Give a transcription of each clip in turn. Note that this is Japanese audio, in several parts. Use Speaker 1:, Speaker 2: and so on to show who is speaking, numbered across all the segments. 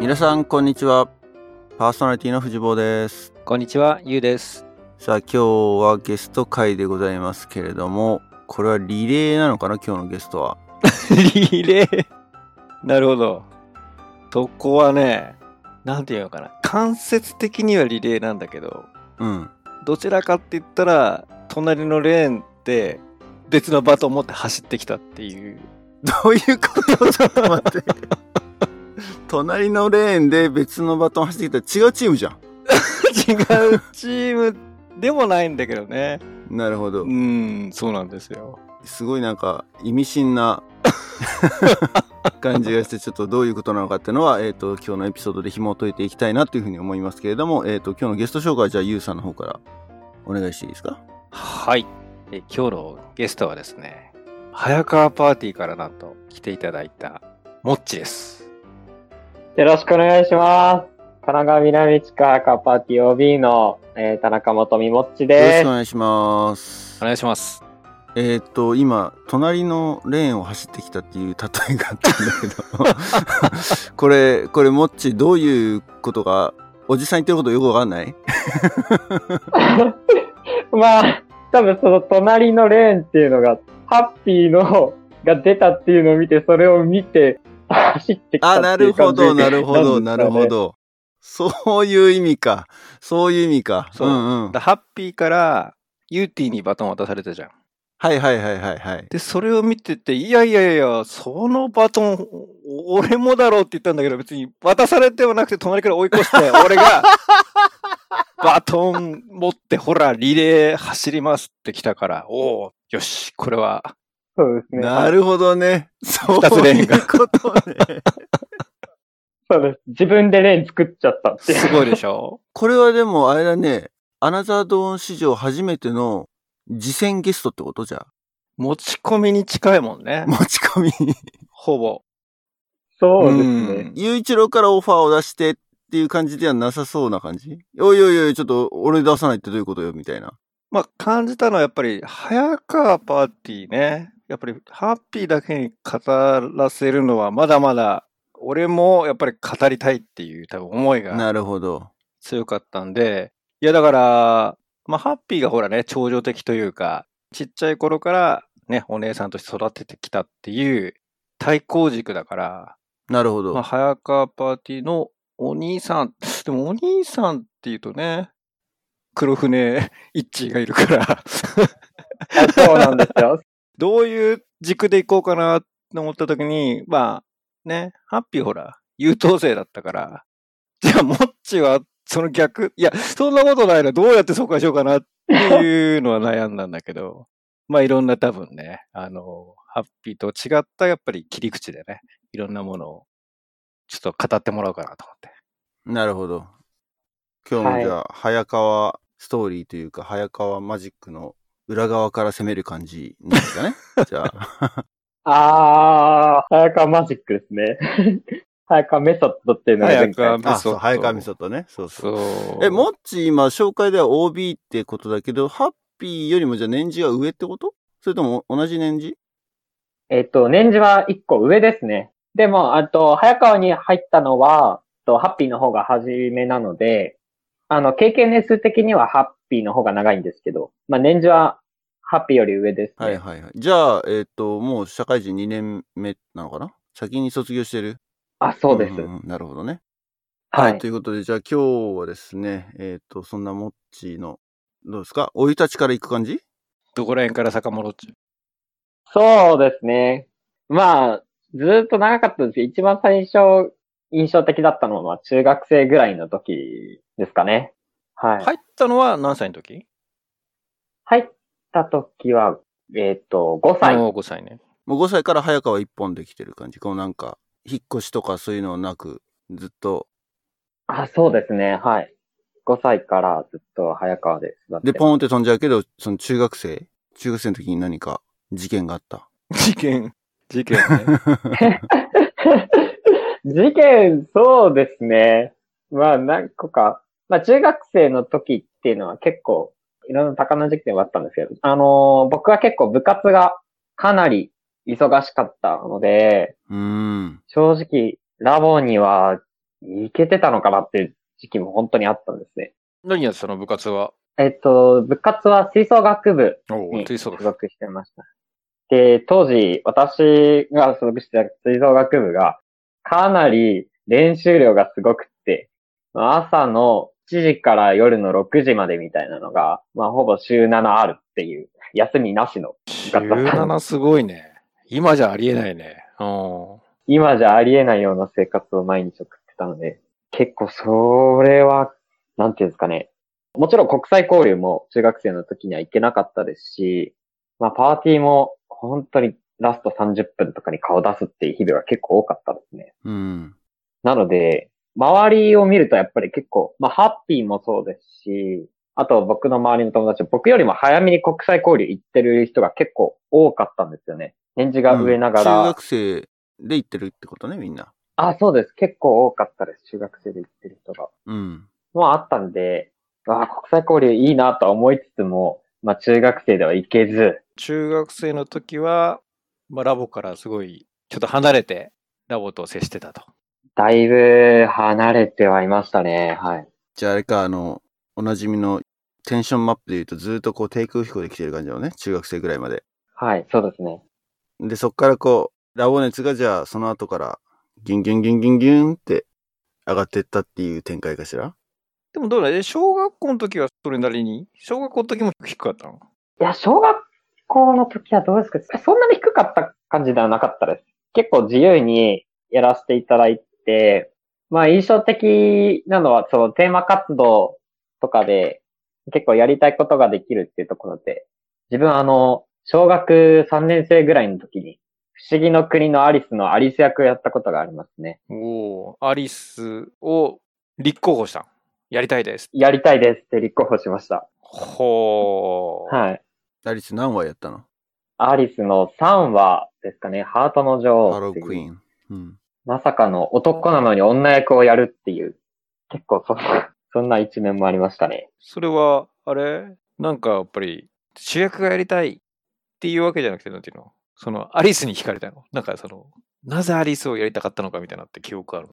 Speaker 1: 皆さんこんにちはパーソナリティの藤坊です
Speaker 2: こんにちは、ゆうです。
Speaker 1: さあ今日はゲスト会でございますけれどもこれはリレーなのかな今日のゲストは
Speaker 2: リレー。なるほど。そこはね、なんていうのかな。間接的にはリレーなんだけど、
Speaker 1: うん
Speaker 2: どちらかって言ったら、隣のレーンで別のバトンを持って走ってきたっていう。
Speaker 1: どういうことちょっと待って 隣のレーンで別のバトン走ってきた違うチームじゃ
Speaker 2: 違うチームでもないんだけどね。
Speaker 1: んなるほど
Speaker 2: うん、そうなんですよ。
Speaker 1: すごいなんか意味深な感じがしてちょっとどういうことなのかっていうのは、えー、と今日のエピソードで紐解いていきたいなというふうに思いますけれども、えー、と今日のゲスト紹介はじゃあゆうさんの方からお願いしていいですか
Speaker 2: はい。え今日のゲストはですね、早川パーティーからなんと来ていただいた、もっちです。
Speaker 3: よろしくお願いします。神奈川南地区赤パーティー OB の、えー田中元美もっち
Speaker 1: よろし
Speaker 3: で
Speaker 1: くお
Speaker 3: す。
Speaker 1: 願いします
Speaker 2: お願いします。
Speaker 1: えっ、と今隣のレーンを走ってきたっていう例えがあったんだけど これこれもっちどういうことがおじさん言ってることよくわかんない
Speaker 3: まあ、多分その隣のレーンっていうのが、ハッピーのが出たっていうのを見て、それを見て、 走ってきた
Speaker 1: あ、
Speaker 3: っ
Speaker 1: な
Speaker 3: てい
Speaker 1: る
Speaker 3: う感
Speaker 1: ほ
Speaker 3: じ
Speaker 1: ど、なるほど、
Speaker 3: んですかね
Speaker 1: なるほ。ど。そういう意味か。そういう意味か。
Speaker 2: そうん
Speaker 1: うん。
Speaker 2: だハッピーから、ユーティーにバトン渡されたじゃん。
Speaker 1: はいはいはいはいはい。
Speaker 2: で、それを見てて、いやいやいや、そのバトン、お俺もだろうって言ったんだけど、別に渡されてはなくて、隣から追い越 して、俺が、バトン持って、ほら、リレー走りますって来たから、おお、よし、これは、
Speaker 3: そうですね。
Speaker 1: な
Speaker 3: る
Speaker 1: るほどね。そう
Speaker 2: 二つレ
Speaker 1: い
Speaker 2: ーンが
Speaker 1: うことね。
Speaker 3: そうです。自分でレーン作っちゃったっていう。
Speaker 2: すごいでし ょ
Speaker 1: これはでも、あれだね。アナザードーン史上初めての次戦ゲストってことじゃ
Speaker 2: 持ち込みに近いもんね
Speaker 1: あ。。持ち込み。
Speaker 2: ほぼ。
Speaker 3: そうですね。
Speaker 2: ん
Speaker 1: 雄一郎からオファーを出してっていう感じではなさそうな感じおいおいおい、ちょっと俺出さないってどういうことよみたいな。
Speaker 2: まあ、感じたのはやっぱり、早川パーティーね。やっぱり、ハッピーだけに語らせるのは、まだまだ、俺もやっぱり語りたいっていう多分思いが
Speaker 1: なるほど。
Speaker 2: 強かったんで、いやだから、まあ、ハッピーがほらね、頂上的というか、ちっちゃい頃からね、お姉さんとして育ててきたっていう対抗軸だから、
Speaker 1: なるほど。
Speaker 2: まあ、早川パーティーのお兄さん、でもお兄さんっていうとね、黒船 一致がいるから、
Speaker 3: あそうなんです よ。
Speaker 2: どういう軸でいこうかなって思った時に、まあ、ね、ハッピーほら、優等生だったから、じゃあ、モッチは、その逆、いや、そんなことないな、どうやって紹介しようかなっていうのは悩んだんだけど、まあ、いろんな多分ね、あの、ハッピーと違った、やっぱり切り口でね、いろんなものを、ちょっと語ってもらおうかなと思って。
Speaker 1: なるほど。今日もじゃあ、早川ストーリーというか、早川マジックの裏側から攻める感じなんですか ね。じゃあ、
Speaker 3: あー、早川マジックですね。 早川メソッドっていうのが前回
Speaker 2: 早川
Speaker 1: あ、
Speaker 2: 味噌
Speaker 1: そう、
Speaker 2: と
Speaker 1: 早川味噌とね。そうそう。
Speaker 2: う
Speaker 1: え、もっち今、紹介では OB ってことだけど、ハッピーよりもじゃあ年次が上ってことそれとも同じ年次
Speaker 3: えっと、年次は1個上ですね。でも、あと、早川に入ったのは、とハッピーの方が初めなので、あの、経験年数的にはハッピーの方が長いんですけど、まあ、年次はハッピーより上ですね。
Speaker 1: はいはいはい。じゃあ、えっ、と、もう社会人2年目なのかな先に卒業してる
Speaker 3: あ、そうです。
Speaker 1: んんんなるほどね。
Speaker 3: は
Speaker 1: はいい。と。いうことで、じゃあ今日はですね、えっ、と、そんなもっちの、どうですか生い立ちから行く感じ
Speaker 2: どこら辺から遡っちゃう
Speaker 3: そうですね。まあ、ずーっと長かったんですけど、一番最初印象的だったのは、まあ、中学生ぐらいの時ですかね。はい。
Speaker 2: 入ったのは何歳の時
Speaker 3: 入った時は、えっ、と、5歳。
Speaker 2: もう5歳ね。
Speaker 1: もう5歳から早川一本できてる感じ。こうなんか、引っ越しとかそういうのなく、ずっと。
Speaker 3: あ、そうですね。はい。5歳からずっと早川で育って。
Speaker 1: で、ポンって飛んじゃうけど、その中学生中学生の時に何か事件があった。
Speaker 2: 事件、事件ね。
Speaker 3: 事件、そうですね。まあ、何個か。まあ、中学生の時っていうのは結構、いろんな高の時期ではあったんですけど、あのー僕は結構部活がかなり忙しかったので、
Speaker 1: うーん。
Speaker 3: 正直、ラボにはいけてたのかなっていう時期も本当にあったんですね。
Speaker 2: 何やってたの部活は。
Speaker 3: えっと、部活は吹奏楽部
Speaker 2: おお、
Speaker 3: に所
Speaker 2: 吹奏楽。
Speaker 3: 属してました。で、当時、私が所属してた吹奏楽部が、かなり練習量がすごくって、まあ朝の7時から夜の6時までみたいなのが、まあほぼ週7あるっていう、休みなしの。
Speaker 2: 17すごいね。今じゃありえないね。うん。
Speaker 3: 今じゃありえないような生活を毎日送ってたので、結構それは、なんていうんですかね。もちろん国際交流も中学生の時には行けなかったですし、まあパーティーも本当にラスト30分とかに顔出すっていう日々が結構多かったですね。
Speaker 1: うん。
Speaker 3: なので、周りを見るとやっぱり結構、まあハッピーもそうですし、あと僕の周りの友達、僕よりも早めに国際交流行ってる人が結構多かったんですよね。年次が上ながら。
Speaker 1: 中学生で行ってるってことね、みんな。
Speaker 3: あ、そうです。結構多かったです。中学生で行ってる人が。
Speaker 1: うん。
Speaker 3: もうあったんで、わあ、国際交流いいなとは思いつつも、まあ中学生では行けず、
Speaker 2: 中学生の時は、まあ、ラボからすごい、ちょっと離れて、ラボと接してたと。
Speaker 3: だいぶ離れてはいましたね。はい。
Speaker 1: じゃああれか、あの、おなじみのテンションマップで言うとずっとこう低空飛行で来てる感じだよね。中学生ぐらいまで。
Speaker 3: はい、そうですね。
Speaker 1: で、そっからこう、ラボ熱がじゃあその後からギュンギュンギュンギュンギュンって上がってったっていう展開かしら
Speaker 2: でもどうだいえ小学校の時はそれなりに小学校の時も低かったの
Speaker 3: いや、小学校の時はどうですかそんなに低かった感じではなかったです。結構自由にやらせていただいて、まあ印象的なのは、そのテーマ活動とかで結構やりたいことができるっていうところで、自分はあの、小学3年生ぐらいの時に、不思議の国のアリスのアリス役をやったことがありますね。
Speaker 2: おおアリスを立候補したのやりたいです。
Speaker 3: やりたいですって立候補しました。
Speaker 2: ほー。
Speaker 3: はい。
Speaker 1: アリス何話やったの
Speaker 3: アリスの3話ですかね、ハートの女王って
Speaker 1: ハロ
Speaker 3: いう。
Speaker 1: ークイーン。うん。
Speaker 3: まさかの男なのに女役をやるっていう、結構そ、 そんな一面もありましたね。
Speaker 2: それは、あれなんかやっぱり、主役がやりたいっていうわけじゃなくて、なんていうのその、アリスに惹かれたのなんかその、なぜアリスをやりたかったのかみたいなって記憶ある。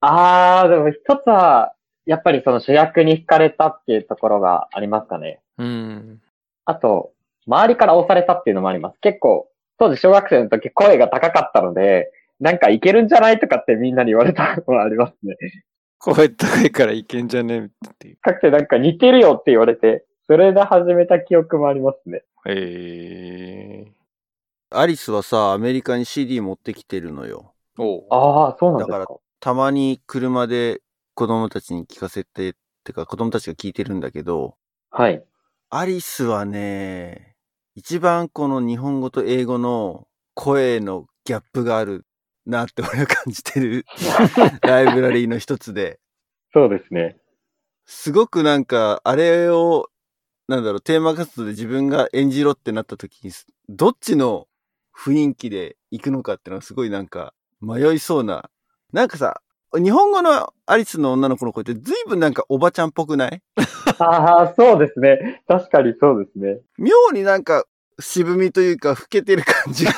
Speaker 3: あー、でも一つは、やっぱりその主役に惹かれたっていうところがありますかね。
Speaker 2: うん。
Speaker 3: あと、周りから押されたっていうのもあります。結構、当時小学生の時声が高かったので、なんかいけるんじゃないとかってみんなに言われたのはありますね。
Speaker 2: 声高いからいけんじゃねえっていう。
Speaker 3: かくてなんか似てるよって言われて、それで始めた記憶もありますね。
Speaker 2: ええ
Speaker 1: アリスはさ、アメリカに CD 持ってきてるのよ。
Speaker 2: ー。おう
Speaker 3: あー、そうなんです
Speaker 1: だ
Speaker 3: か
Speaker 1: か。たまに車で子供たちに聞かせて、ってか子供たちが聞いてるんだけど、
Speaker 3: はい。
Speaker 1: アリスはね、一番この日本語と英語の声のギャップがあるなって俺は感じてる ライブラリーの一つで、
Speaker 3: そうですね。
Speaker 1: すごくなんかあれを、なんだろう、テーマ活動で自分が演じろってなった時に、どっちの雰囲気で行くのかってのがすごいなんか迷いそうな。なんかさ、日本語のアリスの女の子の声って随分なんかおばちゃんっぽくない
Speaker 3: ああ、そうですね。確かにそうですね。
Speaker 1: 妙になんか渋みというか老けてる感じが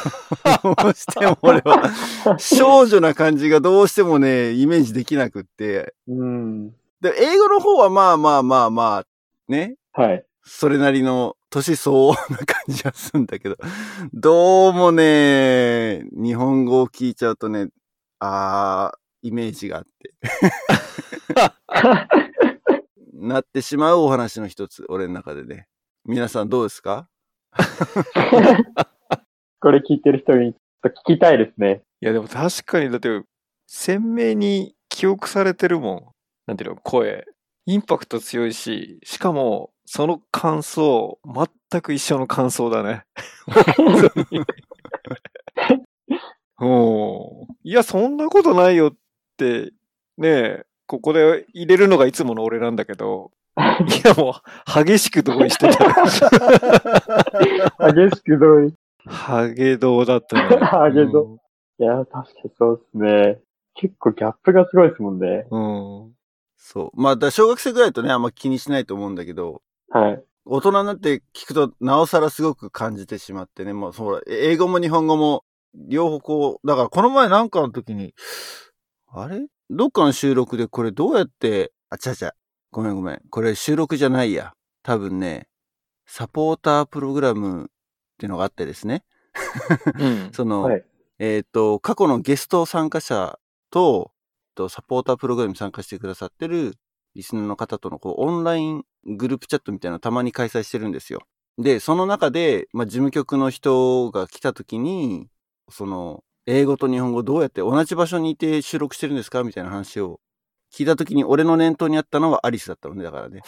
Speaker 1: どうしても俺は少女な感じがどうしてもねイメージできなくって
Speaker 3: うん。
Speaker 1: で英語の方はまあまあまあまあね
Speaker 3: はい。
Speaker 1: それなりの年相応な感じはするんだけどどうもね日本語を聞いちゃうとねあーイメージがあ ってなってしまうお話の一つ俺の中でね皆さんどうですか
Speaker 3: これ聞いてる人にちょっと聞きたいですね。
Speaker 2: いやでも確かにだって鮮明に記憶されてるもん。なんていうの声。インパクト強いし、しかもその感想、全く一緒の感想だね。本当に うん。いや、そんなことないよって、ねえ、ここで入れるのがいつもの俺なんだけ ど、いやもう激しく同意して
Speaker 3: 激しくどうい
Speaker 2: た。 ハゲ道だったね。
Speaker 3: ハゲ道いや、確かにそうですね。結構ギャップがすごいですもんね。
Speaker 2: うん。うん。
Speaker 1: そう。まあ、だから小学生ぐらいだとね、あんま気にしないと思うんだけど、
Speaker 3: はい。
Speaker 1: 大人になって聞くと、なおさらすごく感じてしまってね、もう、そう、英語も日本語も、両方こう、だからこの前なんかの時に、あれどっかの収録でこれどうやって、あ、ちゃちゃ、ごめんごめん。これ収録じゃないや。多分ね、サポータープログラムっていうのがあってですね。
Speaker 2: うん。
Speaker 1: その、
Speaker 3: はい。
Speaker 1: えっ、と、過去のゲスト参加者と、とサポータープログラムに参加してくださってるリスナーの方とのこうオンライングループチャットみたいなのをたまに開催してるんですよ。で、その中で、まあ、事務局の人が来た時に、その、英語と日本語どうやって同じ場所にいて収録してるんですかみたいな話を聞いた時に、俺の念頭にあったのはアリスだったのね、だからね。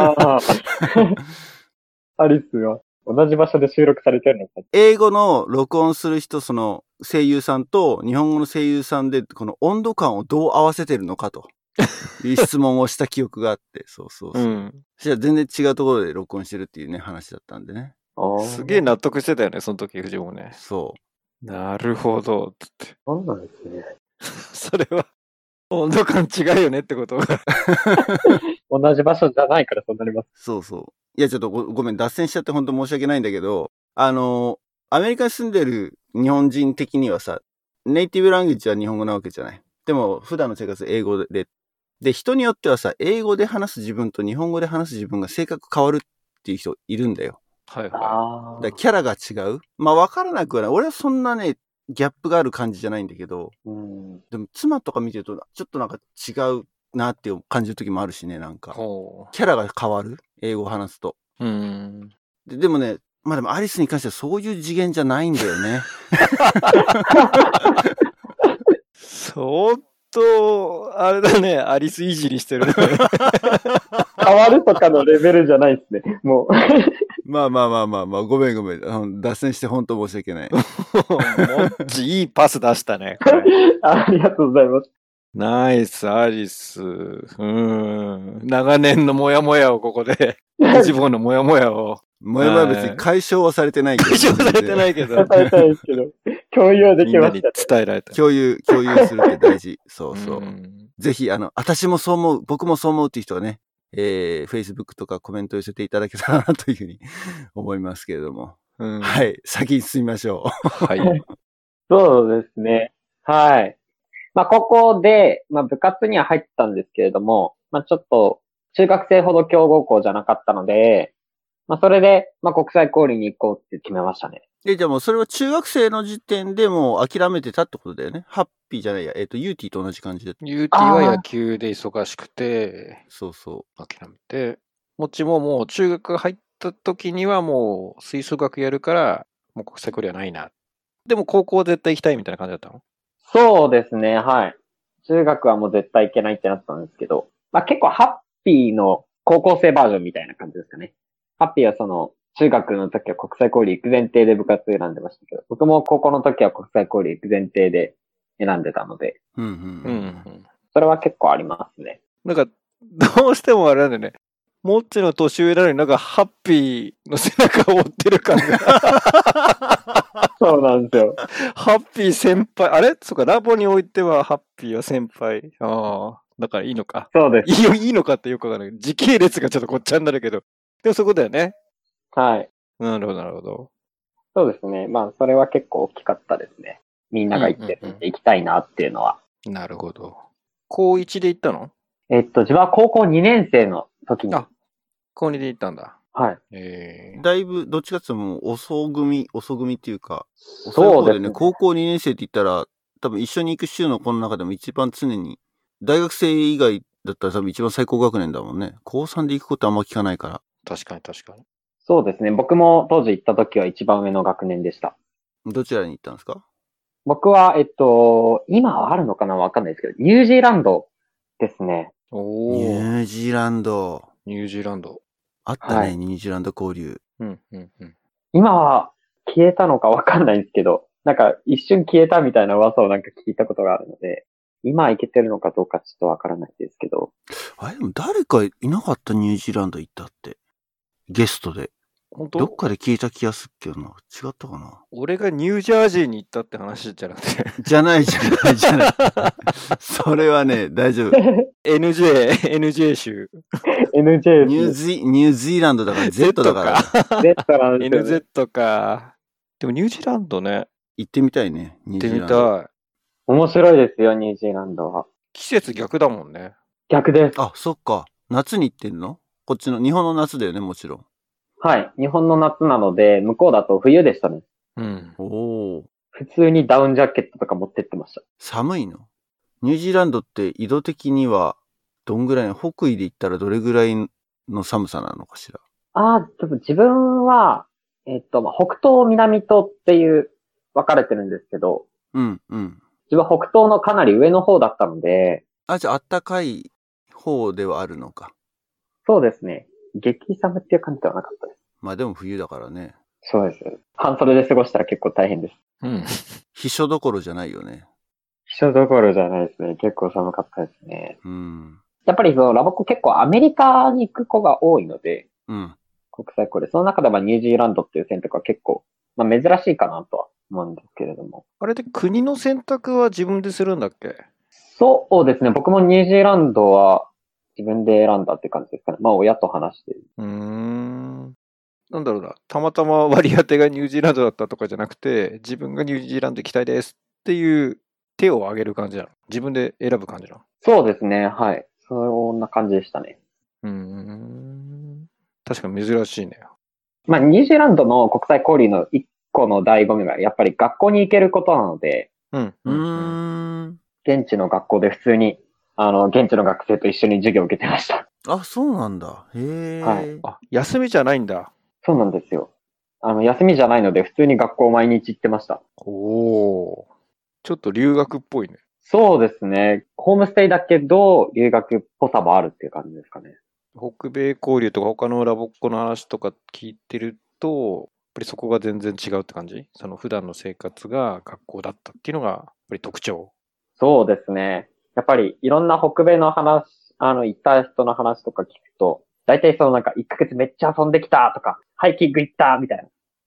Speaker 3: ああ。アリスが同じ場所で収録されてるのか。
Speaker 1: 英語の録音する人、その声優さんと日本語の声優さんで、この温度感をどう合わせてるのかという質問をした記憶があって、そうそうそう。
Speaker 2: うん。
Speaker 1: じゃあ全然違うところで録音してるっていうね、話だったんでね。
Speaker 3: ああ
Speaker 2: すげえ納得してたよね、その時、藤本もね。
Speaker 1: そ
Speaker 2: なるほど。つって。
Speaker 3: そうなんですね。
Speaker 2: それは、温度感違うよねってことが。
Speaker 3: 同じ場所じゃないからそうなります
Speaker 1: う。。そうそう。いや、ちょっとごごめん、脱線しちゃって本当申し訳ないんだけど、あの、アメリカに住んでる日本人的にはさ、ネイティブランゲージは日本語なわけじゃない。でも、普段の生活英語で。で、人によってはさ、英語で話す自分と日本語で話す自分が性格変わるっていう人いるんだよ。
Speaker 2: はいは
Speaker 3: あ
Speaker 1: だからキャラが違うまあ分からなくはない。俺はそんなね、ギャップがある感じじゃないんだけど、
Speaker 3: うん。
Speaker 1: でも妻とか見てると、ちょっとなんか違うなって感じる時もあるしね、なん
Speaker 2: い。
Speaker 1: か。
Speaker 2: ほ
Speaker 1: キャラが変わる英語を話すと。
Speaker 2: う。うん。
Speaker 1: ででもね、まあでもアリスに関してはそういう次元じゃないんだよね。
Speaker 2: 相当、あれだね、アリスいじりしてるね。
Speaker 3: 変わるとかのレベルじゃないですね。もう。
Speaker 1: まあまあまあまあまあ、ごめんごめん。あの脱線して本当申し訳ない。
Speaker 2: もっちいいパス出したね。これ
Speaker 3: ありがとうございます。
Speaker 2: ナイス、アリス。うん。長年のモヤモヤをここで、一本のモヤモヤを
Speaker 1: もやもや別に解消はされてないけど。
Speaker 2: 解消されてないけど、
Speaker 3: 伝えたいですけど、共有で
Speaker 2: み
Speaker 3: き
Speaker 2: ん
Speaker 3: ま
Speaker 2: な
Speaker 3: し
Speaker 2: に
Speaker 3: た。
Speaker 2: 伝えられた。
Speaker 1: 全然共有、共有するって大 事。そうそう。
Speaker 2: ん
Speaker 1: ぜひ、あの、私もそう思う、僕もそう思うっていう人はね、えー、Facebook とかコメント寄せていただけたらなというふうに 思いますけれども。
Speaker 2: うんは。
Speaker 1: はいい、先に進みましょ
Speaker 3: そうですね。はい。まあ、ここで、まあ、部活には入ったんですけれども、まあ、ちょっと、中学生ほど強豪校じゃなかったので、まあ、それで、まあ、国際交流に行こうって決めましたね。
Speaker 1: う。 え、じゃあもうそれは中学生の時点でもう諦めてたってことだよね。ハッピーじゃないや。えっ、と、ユーティーと同じ感じで。
Speaker 2: UT は野球で忙しくて、
Speaker 1: そうそ
Speaker 2: 諦めて、もちももう中学入った時にはもう吹奏楽やるから、もう国際交流はないな。でも高校絶対行きたいみたいな感じだったの
Speaker 3: そうですね、はい。中学はもう絶対行けないってなったんですけど、まあ、結構ハッピーの高校生バージョンみたいな感じですかね。ハッピーはその、中学の時は国際交流行く前提で部活選んでましたけど、僕も高校の時は国際交流行く前提で選んでたので、
Speaker 1: う。うんうん。
Speaker 2: うん
Speaker 3: それは結構ありますね。
Speaker 2: なんか、どうしてもあれなんだよね。もっちの年上なのになんかハッピーの背中を追ってる 感じが。
Speaker 3: そうなんですよ。
Speaker 2: ハッピー先輩。あれそうか、ラボにおいてはハッピーは先輩。ああ、だからいいのか。
Speaker 3: そうです。
Speaker 2: いいよ、いいのかってよくわかんない。時系列がちょっとごっちゃになるけど。でもそこだよね。
Speaker 3: はい。
Speaker 2: なるほど、なるほど。
Speaker 3: そうですね。まあ、それは結構大きかったですね。みんなが行って
Speaker 2: うんうんうん
Speaker 3: 行きたいなっていうのは。
Speaker 2: なるほど。高1で行ったの
Speaker 3: えっと、自分は高校2年生の時に。
Speaker 2: あ高2で行ったんだ。
Speaker 3: はい。
Speaker 2: ええ
Speaker 1: だいぶ、どっちかっていうともう遅組、遅組っていうか、遅い
Speaker 3: そ
Speaker 1: 方
Speaker 3: う
Speaker 1: だ
Speaker 3: で
Speaker 1: よ
Speaker 3: す
Speaker 1: ね。
Speaker 3: ね。
Speaker 1: 高校2年生って言ったら、多分一緒に行く週のこの中でも一番常に、大学生以外だったら多分一番最高学年だもんね。高3で行くことあんま聞かないから。
Speaker 2: 確かに確かに。
Speaker 3: そうですね。僕も当時行った時は一番上の学年でした。
Speaker 1: どちらに行ったんですか
Speaker 3: 僕は、えっと、今はあるのかなわかんないですけど、ニュージーランドですね。
Speaker 2: お
Speaker 1: ニ
Speaker 2: お、
Speaker 1: ュージーランド。
Speaker 2: ニュージーランド。
Speaker 1: あったね、
Speaker 3: はい
Speaker 1: ニュージーランド交流。
Speaker 2: うん、うん、うん。
Speaker 3: 今は消えたのかわかんないんですけど、なんか一瞬消えたみたいな噂をなんか聞いたことがあるので、今行けてるのかどうかちょっとわからないですけど、
Speaker 1: あれでも誰かいなかったニュージーランド行ったって。ゲストで。
Speaker 2: 本
Speaker 1: どっ
Speaker 2: 当
Speaker 1: かで聞いた気がするけどな。違ったかな
Speaker 2: 俺がニュージャージーに行ったって話じゃなく て。
Speaker 1: じゃないじゃないじゃ ない。それはね、大丈夫。
Speaker 2: NJ、NJ 州。
Speaker 3: NJ
Speaker 1: ニュージー、ニュージーランドだから Z だから。
Speaker 3: Z なんですよね
Speaker 2: NZ か。でもニュージーランドね、
Speaker 1: 行ってみたいね。ニュ
Speaker 2: 行
Speaker 1: ー
Speaker 2: っ
Speaker 1: ジー
Speaker 2: てみ
Speaker 1: ランド。
Speaker 2: たい。
Speaker 3: 面白いですよ、ニュージーランドは。
Speaker 2: 季節逆だもんね。
Speaker 3: 逆です。
Speaker 1: あ、そっか。夏に行ってんのこっちの、日本の夏だよね、もちろん。
Speaker 3: はい。日本の夏なので、向こうだと冬でしたね。
Speaker 2: うん。
Speaker 1: おお。
Speaker 3: 普通にダウンジャケットとか持ってってました。
Speaker 1: 寒いのニュージーランドって緯度的には、どんぐらいの、北緯で言ったらどれぐらいの寒さなのかしら。
Speaker 3: ああ、でも自分は、えっと、まあ北東、南東っていう分かれてるんですけど、
Speaker 1: うん、うん。
Speaker 3: 自分は北東のかなり上の方だったので、
Speaker 1: あ、じゃあ、あったかい方ではあるのか。
Speaker 3: そうですね。激寒っていう感じではなかったです。
Speaker 1: まあでも冬だからね。
Speaker 3: そうです。半袖で過ごしたら結構大変です。
Speaker 2: うん。
Speaker 1: 避暑どころじゃないよね。
Speaker 3: 一緒どころじゃないですね。結構寒かったですね。
Speaker 1: うん。
Speaker 3: やっぱりそのラボコ結構アメリカに行く子が多いので、
Speaker 1: うん。
Speaker 3: 国際交流。その中でまあニュージーランドっていう選択は結構、まあ珍しいかなとは思うんですけれども。
Speaker 2: あれで国の選択は自分でするんだっけ
Speaker 3: そうですね。僕もニュージーランドは自分で選んだって感じですかね。まあ親と話して。
Speaker 2: うーん。なんだろうな。たまたま割り当てがニュージーランドだったとかじゃなくて、自分がニュージーランド行きたいですっていう手を挙げる感じなの。自分で選ぶ感じなの。
Speaker 3: そうですね。はい。そんな感じでしたね。
Speaker 2: うーん。確かに珍しいね。
Speaker 3: まあニュージーランドの国際交流の一個の醍醐味がやっぱり学校に行けることなので、
Speaker 2: うん。
Speaker 1: うーん。
Speaker 3: 現地の学校で普通に、あの、現地の学生と一緒に授業を受けてました。
Speaker 1: あ、そうなんだ。へえ。
Speaker 3: はい
Speaker 2: あ、休みじゃないんだ。
Speaker 3: そうなんですよ。あの、休みじゃないので普通に学校毎日行ってました。
Speaker 2: おお。ちょっと留学っぽいね。
Speaker 3: そうですね。ホームステイだけど、留学っぽさもあるっていう感じですかね。
Speaker 2: 北米交流とか他のラボっ子の話とか聞いてると、やっぱりそこが全然違うって感じその普段の生活が学校だったっていうのが、やっぱり特徴。
Speaker 3: そうですね。やっぱり、いろんな北米の話、あの、行った人の話とか聞くと、大体そのなんか、1ヶ月めっちゃ遊んできたとか、ハイキング行ったみたいな、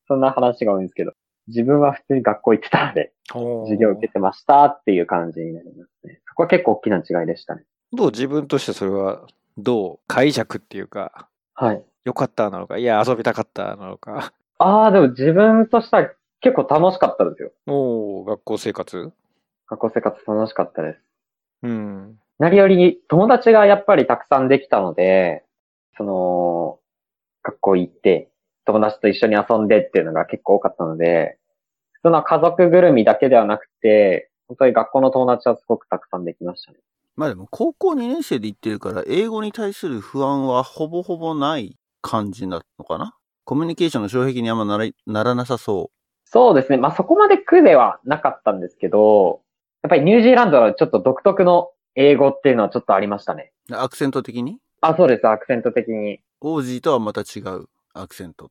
Speaker 3: そんな話が多いんですけど、自分は普通に学校行ってたので、授
Speaker 2: 授
Speaker 3: 業受けてましたっていう感じになりますね。そこは結構大きな違いでしたね。
Speaker 2: どう自分としてそれはどう解釈っていうか、
Speaker 3: はい。
Speaker 2: 良かったなのか、いや、遊びたかったなのか。
Speaker 3: ああ、でも自分としては結構楽しかったですよ。
Speaker 2: おお、学校生活
Speaker 3: 学校生活楽しかったです。
Speaker 2: うん。
Speaker 3: 何より友達がやっぱりたくさんできたので、その、学校行って、友達と一緒に遊んでっていうのが結構多かったので、その家族ぐるみだけではなくて、本当に学校の友達はすごくたくさんできましたね。
Speaker 1: まあでも、高校2年生で行ってるから、英語に対する不安はほぼほぼない感じなのかなコミュニケーションの障壁にあんまならならなさそ
Speaker 3: そうですね。まあ、そこまで苦ではなかったんですけど、やっぱりニュージーランドのちょっと独特の英語っていうのはちょっとありましたね。
Speaker 1: う。アクセント的に
Speaker 3: あ、そうです。アクセント的に。
Speaker 1: オージーとはまた違うアクセント。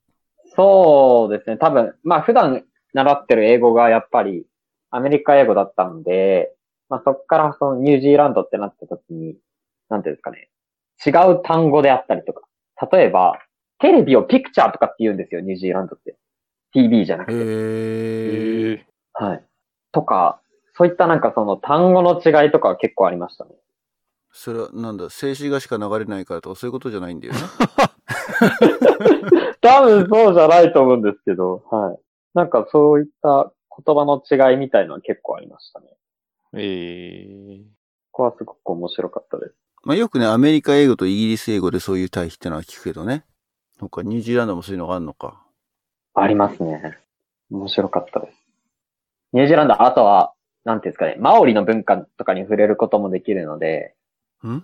Speaker 3: そうですね。多分、まあ普段習ってる英語がやっぱりアメリカ英語だったので、まあそこからそのニュージーランドってなった時に、なんていうんですかね。違う単語であったりとか。例えば、テレビをピクチャーとかって言うんですよ、ニュージーランドって。TV じゃなくて。
Speaker 1: へえ。
Speaker 2: え。
Speaker 3: はい。とか、そういったなんかその単語の違いとかは結構ありましたね。
Speaker 1: それは、なんだ、静止画しか流れないからとか、そういうことじゃないんだよね。
Speaker 3: 多分そうじゃないと思うんですけど、はい。なんかそういった言葉の違いみたいのは結構ありましたね。
Speaker 2: ええ。
Speaker 3: ここはすごく面白かったです。
Speaker 1: まあよくね、アメリカ英語とイギリス英語でそういう対比ってのは聞くけどね。そっか、ニュージーランドもそういうのがあるのか。
Speaker 3: ありますね。面白かったです。ニュージーランド、あとは、なんていうんですかね、マオリの文化とかに触れることもできるので、
Speaker 1: ん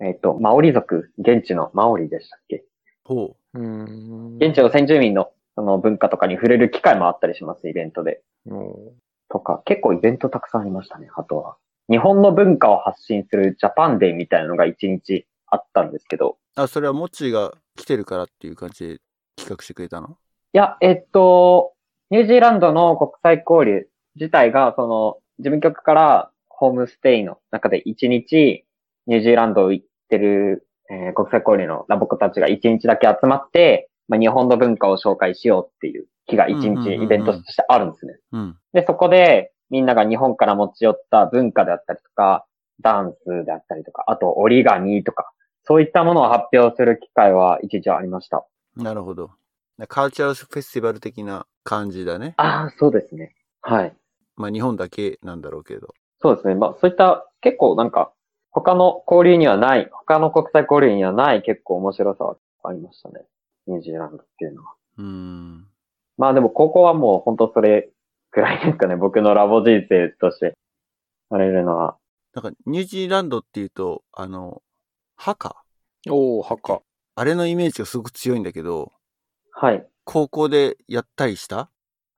Speaker 3: えっ、と、マオリ族、現地のマオリでしたっけ
Speaker 1: ほ
Speaker 2: うーん。
Speaker 3: 現地の先住民のその文化とかに触れる機会もあったりします、イベントで。
Speaker 2: お
Speaker 3: とか、結構イベントたくさんありましたね、あとは。日本の文化を発信するジャパンデーみたいなのが一日あったんですけど、
Speaker 1: う。あ、それはモッチーが来てるからっていう感じで企画してくれたの
Speaker 3: いや、えっと、ニュージーランドの国際交流自体が、その、事務局からホームステイの中で1日、ニュージーランドを行ってる、えー国際交流のラボコたちが1日だけ集まって、まあ、日本の文化を紹介しようっていう日が
Speaker 1: うんうんうん
Speaker 3: 1
Speaker 1: うん
Speaker 3: 日イベントとしてあるんですね。
Speaker 1: うん。
Speaker 3: で、そこで、みんなが日本から持ち寄った文化であったりとか、ダンスであったりとか、あと折り紙とか、そういったものを発表する機会は一日ありました。
Speaker 1: なるほど。カルチャルフェスティバル的な感じだね。
Speaker 3: ああ、そうですね。はい。
Speaker 1: まあ日本だけなんだろうけど。
Speaker 3: そうですね。まあ、そういった結構なんか、他の交流にはない、他の国際交流にはない結構面白さはありましたね。ニュージーランドっていうのは。
Speaker 1: うん。
Speaker 3: まあでも高校はもう本当それくらいですかね。 僕のラボ人生として、されるのは。
Speaker 1: なんか、ニュージーランドっていうと、あの、墓
Speaker 2: おお、墓。
Speaker 1: あれのイメージがすごく強いんだけど、
Speaker 3: はい。
Speaker 1: 高校でやったりした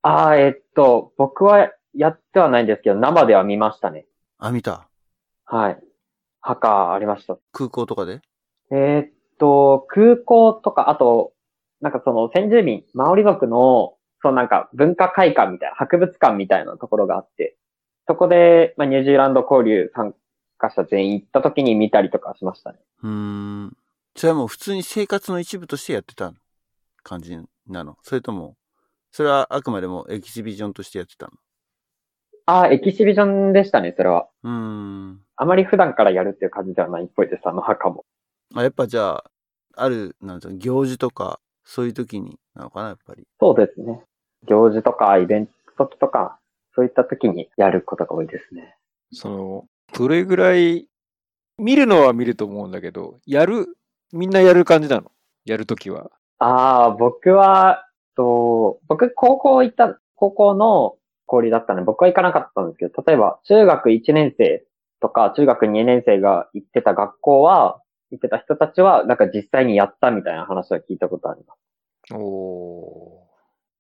Speaker 3: ああ、えっと、僕はやってはないんですけど、生では見ましたね。
Speaker 1: あ、見た。
Speaker 3: はい。墓ありました。
Speaker 1: 空港とかで
Speaker 3: えーっと、空港とか、あと、なんかその先住民、マオリ族の、そうなんか文化会館みたいな、博物館みたいなところがあって、そこで、まあ、ニュージーランド交流参加者全員行った時に見たりとかしましたね。
Speaker 1: うーん。それはもう普通に生活の一部としてやってた感じなのそれとも、それはあくまでもエキシビジョンとしてやってたの
Speaker 3: ああ、エキシビジョンでしたね、それは。
Speaker 1: うーん。
Speaker 3: あまり普段からやるっていう感じではないっぽいです、あの墓も。
Speaker 1: あやっぱじゃあ、ある、なんていうの行事とか、そういう時になのかな、やっぱり。
Speaker 3: そうですね。行事とか、イベントとか、そういった時にやることが多いですね。
Speaker 2: その、どれぐらい、見るのは見ると思うんだけど、やる、みんなやる感じなのやるときは。
Speaker 3: ああ、僕は、と、僕、高校行った、高校の交流だったので、僕は行かなかったんですけど、例えば、中学1年生とか、中学2年生が行ってた学校は、行ってた人たちは、なんか実際にやったみたいな話は聞いたことあります。
Speaker 2: おお。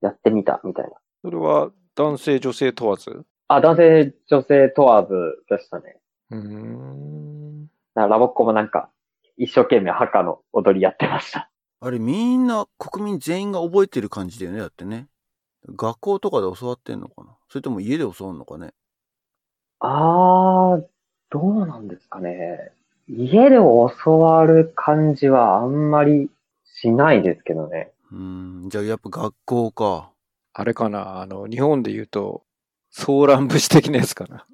Speaker 3: やってみた、みたいな。
Speaker 2: それは男性、女性問わず
Speaker 3: あ、男性、女性問わずでしたね。
Speaker 2: うーん。
Speaker 3: だからラボっ子もなんか、一生懸命墓の踊りやってました。
Speaker 1: あれ、みんな、国民全員が覚えてる感じだよね、だってね。学校とかで教わってんのかなそれとも家で教わるのかね
Speaker 3: あー、どうなんですかね。家で教わる感じはあんまりしないですけどね。
Speaker 1: うーん。じゃあ、やっぱ学校か。
Speaker 2: あれかなあの、日本で言うと、ソーラン節的なやつかな。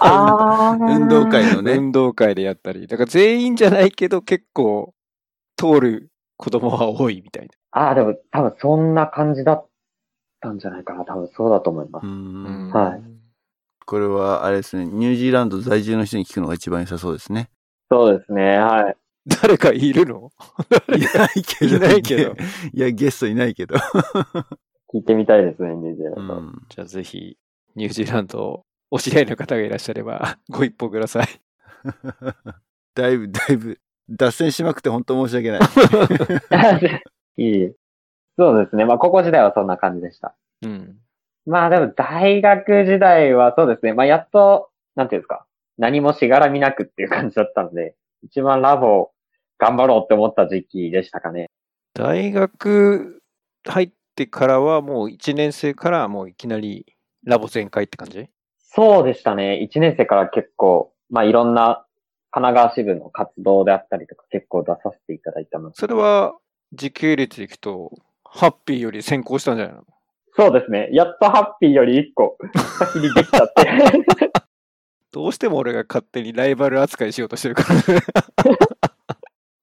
Speaker 3: あ
Speaker 1: 運動会のね。
Speaker 2: 運動会でやったり。だから全員じゃないけど、結構、通る子供は多いみたいな。。
Speaker 3: あー、でも多分そんな感じだったんじゃないかな。多分そうだと思いま
Speaker 1: う
Speaker 3: す。
Speaker 1: ん。
Speaker 3: はい
Speaker 1: これは、あれですね、ニュージーランド在住の人に聞くのが一番良さそうですね。
Speaker 3: そうですね。はい。
Speaker 2: 誰かいるの
Speaker 1: いないけ
Speaker 2: いないけど。
Speaker 1: いや、ゲストいないけど。
Speaker 3: 聞いてみたいですね、ニュージーラ
Speaker 1: う
Speaker 3: ンド。
Speaker 1: ん。
Speaker 2: じゃあぜひ、ニュージーランド、お知り合いの方がいらっしゃれば、 ご一報ください。
Speaker 1: だいぶ、だいぶ、脱線しまくって本当申し訳ない。
Speaker 3: いい。そうですね。まあ、高校時代はそんな感じでした。
Speaker 2: うん。
Speaker 3: まあでも大学時代はそうですね。まあやっと、なんていうんですか。何もしがらみなくっていう感じだったんで、一番ラボ頑張ろうって思った時期でしたかね。
Speaker 2: 大学入ってからは、もう1年生からもういきなりラボ全開って感じ
Speaker 3: そうでしたね。1年生から結構、まあいろんな神奈川支部の活動であったりとか結構出させていただいたので。
Speaker 2: それは、時系列でいくと、ハッピーより先行したんじゃないの
Speaker 3: そうですね。やっとハッピーより1個先にできたって。
Speaker 2: どうしても俺が勝手にライバル扱いしようとしてるから。神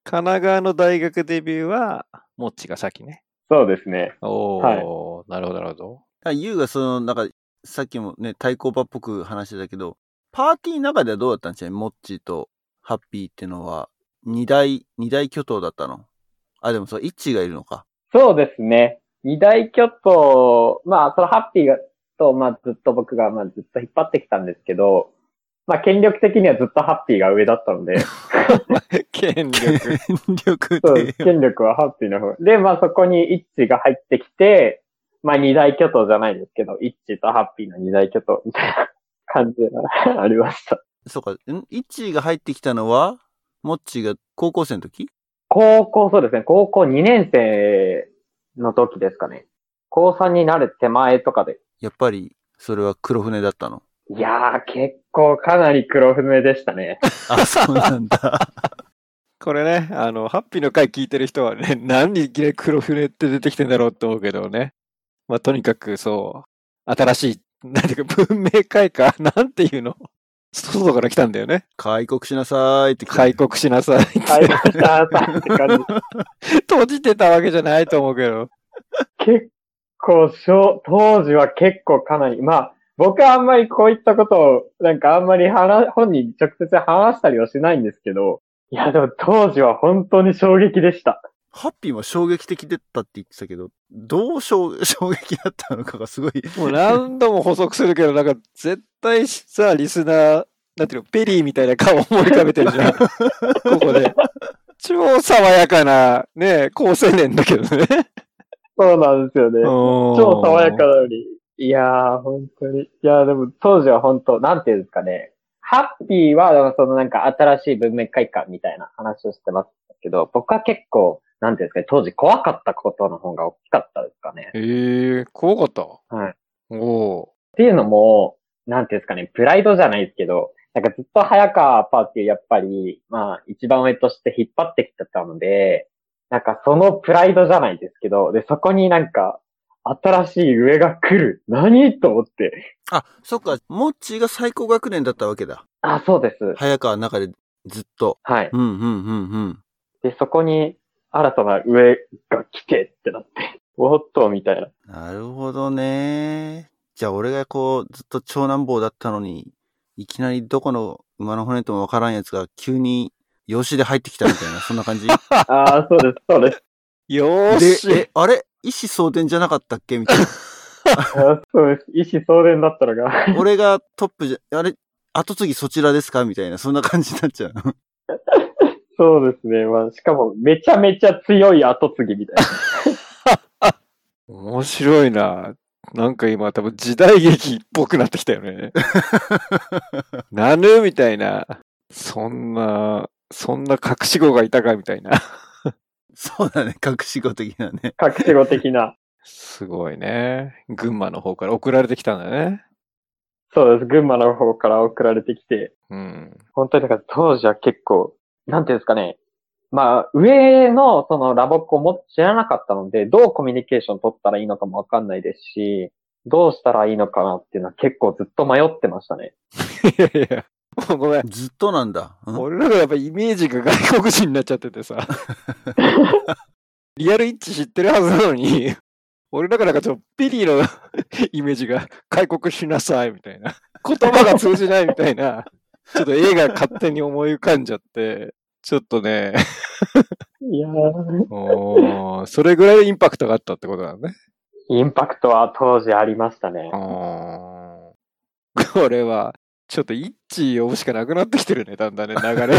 Speaker 2: 奈川の大学デビューは、モッチが先ね。
Speaker 3: そうですね。
Speaker 2: おー、なるほど、なるほど。
Speaker 1: あユウがその、なんか、さっきもね、対抗馬っぽく話してたけど、パーティーの中ではどうだったんちゃうモッチーとハッピーってのは、二大、二大巨頭だったのあ、でもそう、イッチーがいるのか。
Speaker 3: そうですね。二大巨頭、まあ、そのハッピーがと、まあ、ずっと僕が、まあ、ずっと引っ張ってきたんですけど、まあ、権力的にはずっとハッピーが上だったので、
Speaker 2: 権力。
Speaker 1: 力
Speaker 3: そう
Speaker 1: で
Speaker 3: です。権力はハッピーの方。で、まあ、そこにイッチが入ってきて、まあ、二大巨頭じゃないですけど、イッチとハッピーの二大巨頭みたいな感じがありました。
Speaker 1: そうか、んイッチーが入ってきたのは、モッチーが高校生の時
Speaker 3: 高校、そうですね。高校2年生の時ですかね。高3になる手前とかで。
Speaker 1: やっぱり、それは黒船だったの。
Speaker 3: いやー、結構かなり黒船でしたね。
Speaker 1: あ、そうなんだ。
Speaker 2: これね、あの、ハッピーの回聞いてる人はね、 何にいきなり黒船って出てきてんだろうって思うけどね。まあ、とにかくそう、新しい、なんていうか、文明開化、 なんていうの外から来たんだよね。
Speaker 1: 開国しなさいって
Speaker 2: 開国しなさいって。
Speaker 3: はい、さあ、って感じ。
Speaker 2: 閉じてたわけじゃないと思うけど。
Speaker 3: 結構、しょ当時は結構かなり、まあ、僕はあんまりこういったことを、なんかあんまり話、本人に直接話したりはしないんですけど、いや、でも当時は本当に衝撃でした。
Speaker 1: ハッピーは衝撃的だったって言ってたけど、どう衝 衝撃だったのかがすごい。
Speaker 2: もう何度も補足するけど、なんか絶対さ、リスナー、なんていうの、ペリーみたいな顔を思い浮かべてるじゃん。ここで。超爽やかな、ね、高青年だけどね。
Speaker 3: そうなんですよね。超
Speaker 2: 超
Speaker 3: 爽やかなのに。いやー、本当に。いやー、でも当時は本当、なんていうんですかね。ハッピーは、だからそのなんか新しい文明開化みたいな話をしてますけど、僕は結構、なんていうんですかね、当時怖かったことの方が大きかったですかね。
Speaker 2: ええー、怖かった。
Speaker 3: はい。
Speaker 2: おお
Speaker 3: っていうのも、なんていうんですかね、プライドじゃないですけど、なんかずっと早川パーティーやっぱり、まあ一番上として引っ張ってきてたので、なんかそのプライドじゃないですけど、で、そこになんか、新しい上が来る。何と思って。
Speaker 1: あ、そっか、モッチーが最高学年だったわけだ。
Speaker 3: あ、そうです。
Speaker 1: 早川の中でずっと。
Speaker 3: はい。
Speaker 1: うんうんうんうん。
Speaker 3: で、そこに新たな上が来てってなって。おっと、みたいな。
Speaker 1: なるほどね。じゃあ俺がこう、ずっと長男坊だったのに、いきなりどこの馬の骨ともわからんやつが急に養子で入ってきたみたいな、そんな感じ。
Speaker 3: ああ、そうです、そうです。
Speaker 2: ー。よーし。
Speaker 1: で、え、あれ意思相伝じゃなかったっけみたいな。
Speaker 3: あそうです。意思相伝だったのが。
Speaker 1: 俺がトップじゃ、あれ後継ぎそちらですかみたいな、そんな感じになっちゃう。
Speaker 3: そうですね。まあ、しかも、めちゃめちゃ強い後継ぎみたいな。
Speaker 2: 面白いな。なんか今多分時代劇っぽくなってきたよね。なぬみたいな。そんな、そんな隠し子がいたかみたいな。
Speaker 1: そうだね、隠し子的なね。
Speaker 3: 隠し子的な。
Speaker 2: すごいね。群馬の方から送られてきたんだね。
Speaker 3: そうです。群馬の方から送られてきて、
Speaker 2: うん。
Speaker 3: 本当にだから当時は結構、なんていうんですかね。まあ、上のそのラボっ子も知らなかったので、どうコミュニケーション取ったらいいのかもわかんないですし、どうしたらいいのかなっていうのは結構ずっと迷ってましたね。
Speaker 2: いやいや、もう ごめん。
Speaker 1: ずっとなんだ。うん
Speaker 2: 俺らがやっぱイメージが外国人になっちゃってて さ。リアルイッチ知ってるはずなのに、俺らがなんかちょっとピリーの イメージが開国しなさいみたいな。言葉が通じないみたいな。ちょっと映画勝手に思い浮かんじゃって、ちょっと ね、
Speaker 3: いやー、
Speaker 2: おーそれぐらいのインパクトがあったってことだね。
Speaker 3: インパクトは当時ありましたね。
Speaker 2: おー これは、ちょっとイッチ呼ぶしかなくなってきてるね、だんだんね、流れが。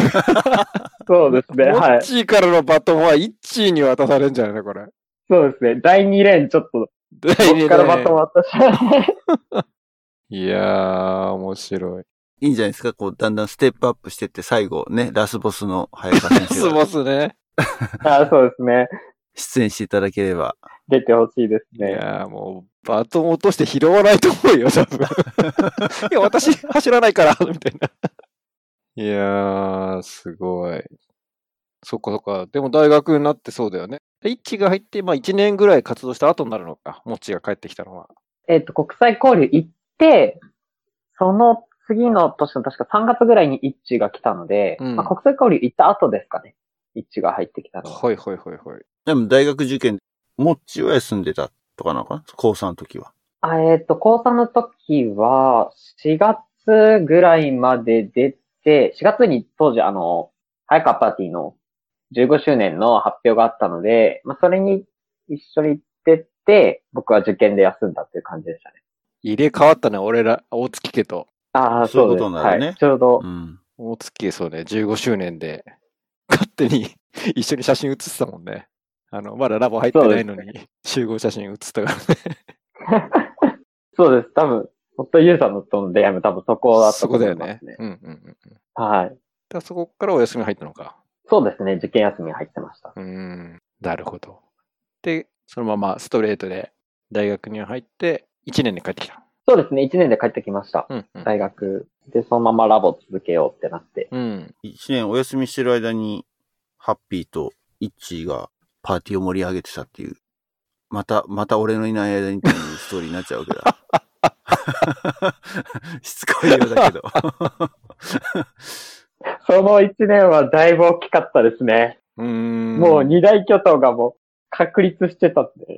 Speaker 3: そう ですね。
Speaker 2: モ
Speaker 3: は
Speaker 2: ッ
Speaker 3: い。
Speaker 2: チーからのバトンはイッチーに渡されるんじゃないのこれ。
Speaker 3: そうですね。第2レーンちょっと、僕からまとまった し。
Speaker 2: いやー、面白い。
Speaker 1: いいんじゃないですかこう、だんだんステップアップしてって、最後ね、ラスボスの早 川先
Speaker 2: ス
Speaker 1: 生が
Speaker 2: ボスね。
Speaker 3: あそうですね。
Speaker 1: 出演していただければ。
Speaker 3: 出てほしいです
Speaker 2: い
Speaker 3: ね。
Speaker 2: やー、もう、バトン落として拾わないと思うよ、多 分。いや、私、走らないから、みたいな。 いやー、すごい。そっかそっか。でも大学になってそうだよね。でイッチが入って、まあ1年ぐらい活動した後になるのか。モッチーが帰ってきたのは。
Speaker 3: えっ、と、国際交流行って、その次の年の確か3月ぐらいに一致が来たので、
Speaker 2: うん
Speaker 3: まあ、国際交流行った後ですかね。一致が入ってきたのは。
Speaker 2: はいはいはいはい。
Speaker 1: でも大学受験、もっちは休んでたとかなのかな高3の時は。
Speaker 3: あえっ、と、高3の時は、4月ぐらいまで出て、4月に当時あの、早川パーティーの15周年の発表があったので、まあ、それに一緒に出て、僕は受験で休んだっていう感じでしたね。
Speaker 2: 入れ替わったね、俺ら、大月家と。
Speaker 3: ああ、
Speaker 1: そうい
Speaker 3: そう
Speaker 1: うこ
Speaker 3: です。
Speaker 1: とになるね
Speaker 3: はい。ちょうど、
Speaker 1: うん。
Speaker 2: 大月、そうね、15周年で、勝手に 一緒に写真写ってたもんね。あの、まだラボ入ってないのに、集合写真写ったからね。
Speaker 3: そうです。多分、本当ユウさんのとの出会いも多分そこだった
Speaker 2: そ
Speaker 3: と
Speaker 2: こ
Speaker 3: 思
Speaker 2: だよ
Speaker 3: います
Speaker 2: ね
Speaker 3: ね。。
Speaker 2: うんうんうん。だか
Speaker 3: はい。
Speaker 2: らそこからお休み入ったのか。
Speaker 3: そうですね。受験休み入ってました。
Speaker 2: うーん、なるほど。で、そのままストレートで大学に入って、1年で帰ってきた。
Speaker 3: そうですね。1年で帰ってきました。
Speaker 2: うん、うん。
Speaker 3: 大学でそのままラボ続けようってなって。
Speaker 2: うん。
Speaker 1: 1年お休みしてる間に、ハッピーとイッチーがパーティーを盛り上げてたっていう。また、また俺のいない間にっていうストーリーになっちゃうわけだ。 しつこいようだけど。
Speaker 3: その1年はだいぶ大きかったですね。
Speaker 2: うーん。
Speaker 3: もう二大巨頭がもう確立してたんで。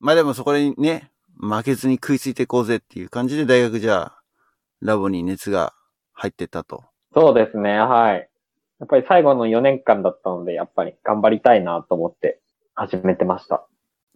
Speaker 1: まあでもそこにね、負けずに食いついていこうぜっていう感じで大学じゃあ、ラボに熱が入ってったと。
Speaker 3: そうですね、はい。やっぱり最後の4年間だったので、やっぱり頑張りたいなと思って始めてました。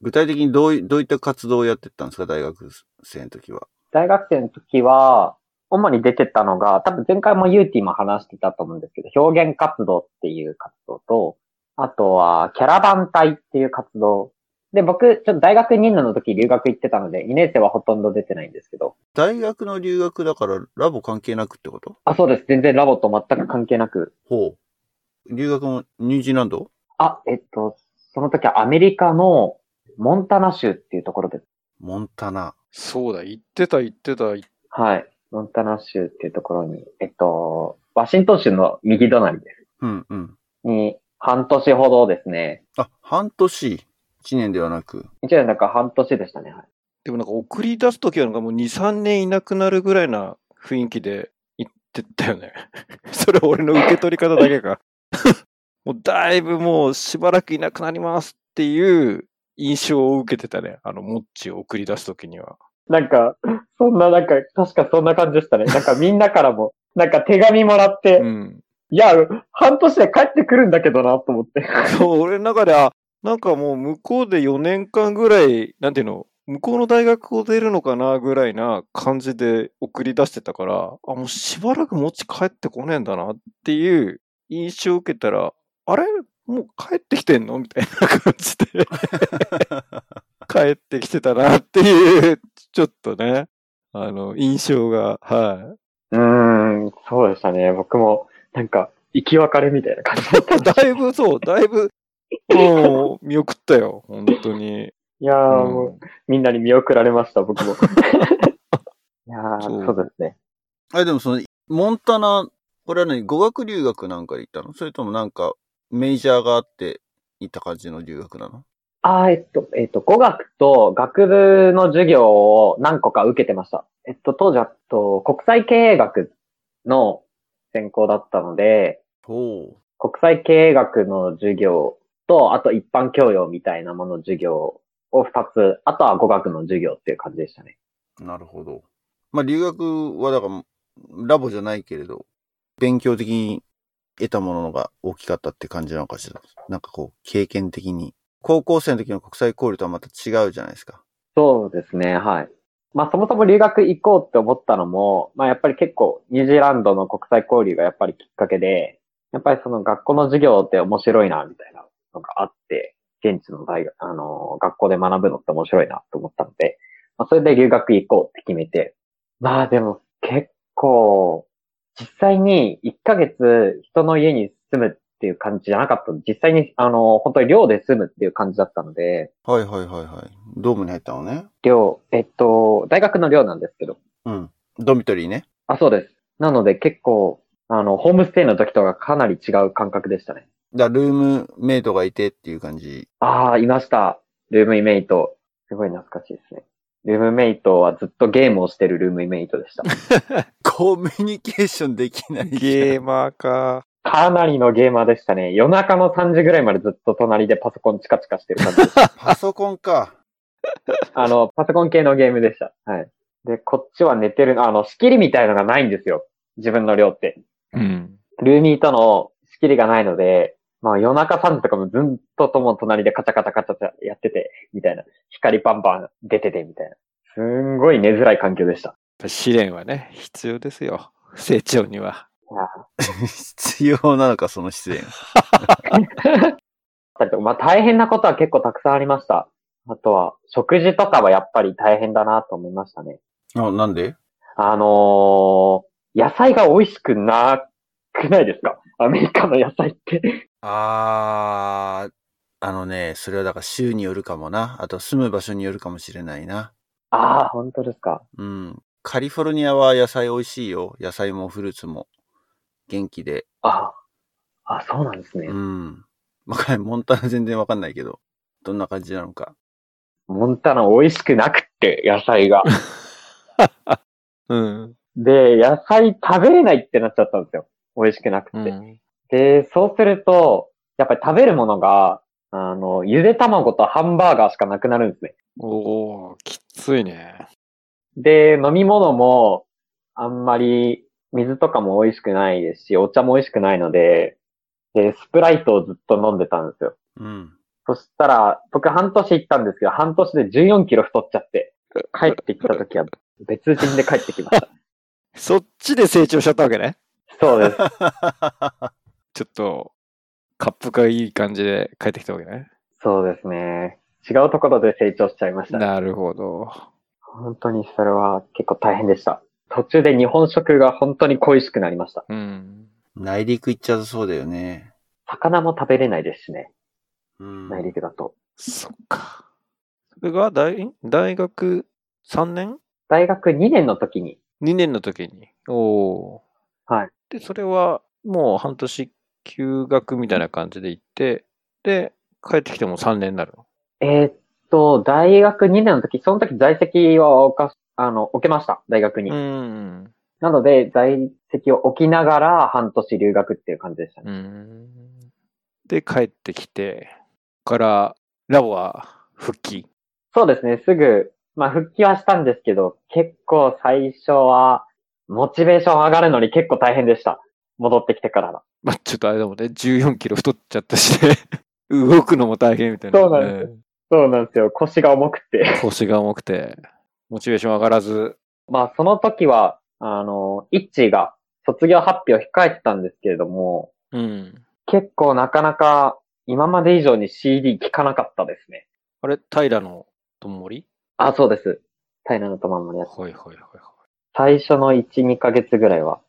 Speaker 1: 具体的にどうい、どういった活動をやってったんですか大学生の時は。
Speaker 3: 大学生の時は、主に出てたのが、多分前回もユーティも話してたと思うんですけど、表現活動っていう活動と、あとはキャラバン隊っていう活動。で、僕、ちょっと大学2年の時留学行ってたので、2年生はほとんど出てないんですけど、
Speaker 1: 大学の留学だからラボ関係なくってこと
Speaker 3: あ、そうです。全然ラボと全く関係なく。
Speaker 1: ほう。留学もニュージーランド
Speaker 3: あ、えっと、その時はアメリカのモンタナ州っていうところです。
Speaker 1: モンタナ。
Speaker 2: そうだ、言ってた言ってた。
Speaker 3: はい。モンタナ州っていうところに、えっと、ワシントン州の右隣です。
Speaker 1: うんうん。
Speaker 3: に、半年ほどですね。
Speaker 1: あ、半年。一年ではなく。
Speaker 3: 一年だから半年でしたね。はい、
Speaker 2: でもなんか送り出す時はなんかもう2、3年いなくなるぐらいな雰囲気で行ってったよね。 それ俺の受け取り方だけか。 もうだいぶもうしばらくいなくなりますっていう印象を受けてたね。あの、モッチを送り出す時には。
Speaker 3: なんか、 そんな、なんか、確かそんな感じでしたね。なんかみんなからも、 なんか手紙もらって、
Speaker 2: うん。
Speaker 3: いや、半年で帰ってくるんだけどな、と思って。
Speaker 2: そう、俺の中では、なんかもう向こうで4年間ぐらい、なんていうの、向こうの大学を出るのかなぐらいな感じで送り出してたから、あ、もうしばらく持ち帰ってこねえんだなっていう印象を受けたら、あれもう帰ってきてんのみたいな感じで 帰ってきてたなっていう、ちょっとね、あの、印象が、は
Speaker 3: うーん、そうでしたね。僕も、なんか、行き別れみたいな感じだ った
Speaker 2: い。。だいぶそう、だいぶ、もう見送ったよ、本当に。
Speaker 3: いやー、
Speaker 2: うん
Speaker 3: もう、みんなに見送られました、僕 も。いやー、
Speaker 2: そ
Speaker 3: そううですね。
Speaker 1: あ、でもその、モンタナ、これは何語学留学なんかで行ったのそれともなんか、メジャーがあって行った感じの留学なの
Speaker 3: あー、えっと、えっと、語学と学部の授業を何個か受けてました。えっと、当時は、えっと、国際経営学の専攻だったので、
Speaker 1: ほ
Speaker 3: 国際経営学の授業と、あと一般教養みたいなものの授業を二つ、あとは語学の授業っていう感じでしたね。
Speaker 1: う。なるほど。まあ、留学はだから、ラボじゃないけれど、勉強的に得たものが大きかったって感じなのかしら。なんかこう、経験的に。高校生の時の国際交流とはまた違うじゃないですか。
Speaker 3: そうですね、はい。まあそもそも留学行こうって思ったのも、まあやっぱり結構ニュージーランドの国際交流がやっぱりきっかけで、やっぱりその学校の授業って面白いな、みたいなのがあって、現地の大学、あの、学校で学ぶのって面白いなと思ったので、まあそれで留学行こうって決めて、まあでも結構、実際に1ヶ月人の家に住むっていう感じじゃなかったの実際に、あの、本当に寮で住むっていう感じだったので、
Speaker 1: はいはいはいはい。ドームに入ったのね。
Speaker 3: 寮、えっと、大学の寮なんですけど。
Speaker 1: うん。ドミトリーね。
Speaker 3: あ、そうです。なので結構、あの、ホームステイの時とかかなり違う感覚でしたね。
Speaker 1: だからルームメイトがいてっていう感じ。
Speaker 3: ああ、いました。ルームイメイト。すごい懐かしいですね。ルームメイトはずっとゲームをしてるルームイメイトでした。
Speaker 1: コミュニケーションできない
Speaker 2: ゲーマーか。
Speaker 3: かなりのゲーマーでしたね。夜中の3時ぐらいまでずっと隣でパソコンチカチカしてる感じでした。
Speaker 1: パソコンか。
Speaker 3: あの、パソコン系のゲームでした。はい。で、こっちは寝てる、あの、仕切りみたいのがないんですよ。自分の寮って。
Speaker 2: うん。
Speaker 3: ルーミーとの仕切りがないので、まあ夜中3時とかもずっととも隣でカチャカチャカチャカチャやってて、みたいな。光バンバン出てて、みたいな。すんごい寝づらい環境でした。
Speaker 2: 試練はね、必要ですよ。成長には。
Speaker 1: 必要なのか、その出演。
Speaker 3: だってまあ大変なことは結構たくさんありました。あとは、食事とかはやっぱり大変だなと思いましたね。
Speaker 1: あ、なんで
Speaker 3: あのー、野菜が美味しくなくないですかアメリカの野菜って。
Speaker 1: あー、あのね、それはだから州によるかもな。あと住む場所によるかもしれないな。
Speaker 3: ああ、本当ですか。
Speaker 1: うん。カリフォルニアは野菜美味しいよ。野菜もフルーツも。元気で。
Speaker 3: ああ、あそうなんですね。
Speaker 1: うん。まあ、モンタナ全然わかんないけど。どんな感じなのか。
Speaker 3: モンタナ美味しくなくって、野菜が。
Speaker 2: うん。
Speaker 3: で、野菜食べれないってなっちゃったんですよ。美味しくなくて。
Speaker 2: うん。
Speaker 3: で、そうすると、やっぱり食べるものが、あの、ゆで卵とハンバーガーしかなくなるんですね。
Speaker 2: おおきついね。
Speaker 3: で、飲み物も、あんまり、水とかも美味しくないですし、お茶も美味しくないので、で、スプライトをずっと飲んでたんですよ。
Speaker 1: うん。
Speaker 3: そしたら、僕半年行ったんですけど、半年で14キロ太っちゃって、帰ってきた時は別人で帰ってきま した。
Speaker 2: そっちで成長しちゃったわけね。
Speaker 3: そうです。
Speaker 2: ちょっと、カップがいい感じで帰ってきたわけね。
Speaker 3: そうですね。違うところで成長しちゃいました。
Speaker 2: なるほど。
Speaker 3: 本当にそれは結構大変でした。途中で日本食が本当に恋しくなりました。
Speaker 2: うん。
Speaker 1: 内陸行っちゃうとそうだよね。
Speaker 3: 魚も食べれないですしね、
Speaker 1: うん。
Speaker 3: 内陸だと。
Speaker 2: そっか。それが大、大学3年
Speaker 3: 大学2年の時に、
Speaker 2: ?2 年の時に。おお。
Speaker 3: はい。
Speaker 2: で、それはもう半年休学みたいな感じで行って、で、帰ってきても3年になるの。
Speaker 3: えーっと、大学2年の時、その時在籍を置かしあの、置けました、大学に。
Speaker 2: うん。
Speaker 3: なので、在籍を置きながら半年留学っていう感じでしたね。
Speaker 2: うん。で、帰ってきて、から、ラボは復帰。
Speaker 3: そうですね、すぐ、まあ復帰はしたんですけど、結構最初は、モチベーション上がるのに結構大変でした。戻ってきてからが。
Speaker 2: まあ、ちょっとあれだもんね、14キロ太っちゃったしね、 動くのも大変みたいな、
Speaker 3: そうなんですそうなんですよ、腰が重くて。
Speaker 2: 腰が重くて、モチベーション上がらず、
Speaker 3: まあ、その時は、あの、イッチーが卒業発表を控えてたんですけれども、
Speaker 2: うん。
Speaker 3: 結構なかなか今まで以上に CD 聴かなかったですね。
Speaker 2: あれ、平のともり
Speaker 3: あ、そうです。平野とまんまのやつ。
Speaker 2: はいはいはいはい。
Speaker 3: 最初の1、2ヶ月ぐらいは、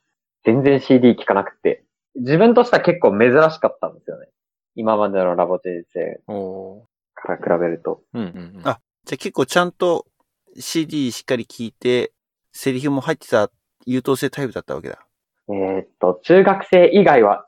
Speaker 3: 全然 CD 聴かなくて、自分としては結構珍しかったんですよね。今までのラボ人生
Speaker 2: おお
Speaker 3: から比べると。
Speaker 2: ー。うんうんうん。
Speaker 1: あじゃあ結構ちゃんと CD しっかり聞いて、セリフも入ってた優等生タイプだったわけだ。
Speaker 3: えーっと、中学生以外は、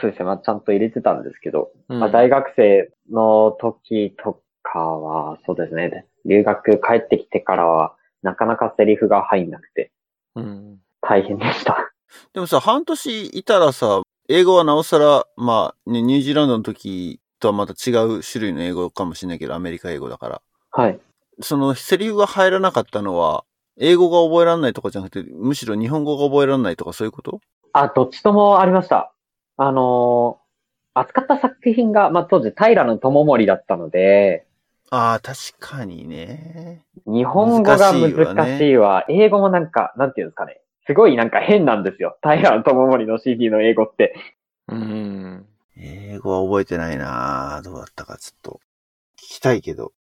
Speaker 3: そうですね、まあちゃんと入れてたんですけど、
Speaker 2: うん
Speaker 3: まあ、大学生の時とかは、そうですね、留学帰ってきてからは、なかなかセリフが入んなくて、
Speaker 2: うん。
Speaker 3: 大変でした。
Speaker 1: でもさ、半年いたらさ、英語はなおさら、まあ、ね、ニュージーランドの時とはまた違う種類の英語かもしれないけど、アメリカ英語だから。
Speaker 3: はい。
Speaker 1: そのセリフが入らなかったのは、英語が覚えられないとかじゃなくて、むしろ日本語が覚えられないとかそういうこと
Speaker 3: あ、どっちともありました。あのー扱った作品が、まあ、当時、平野智盛だったので、
Speaker 1: ああ、確かにね。
Speaker 3: 日本語が難しいわ、
Speaker 1: 難し
Speaker 3: 英語もなんか、なんていうんですかね。すごいなんか変なんですよ。平野智盛の CD の英語って。
Speaker 2: うん。
Speaker 1: 英語は覚えてないなどうだったかちょっと。聞きたいけど。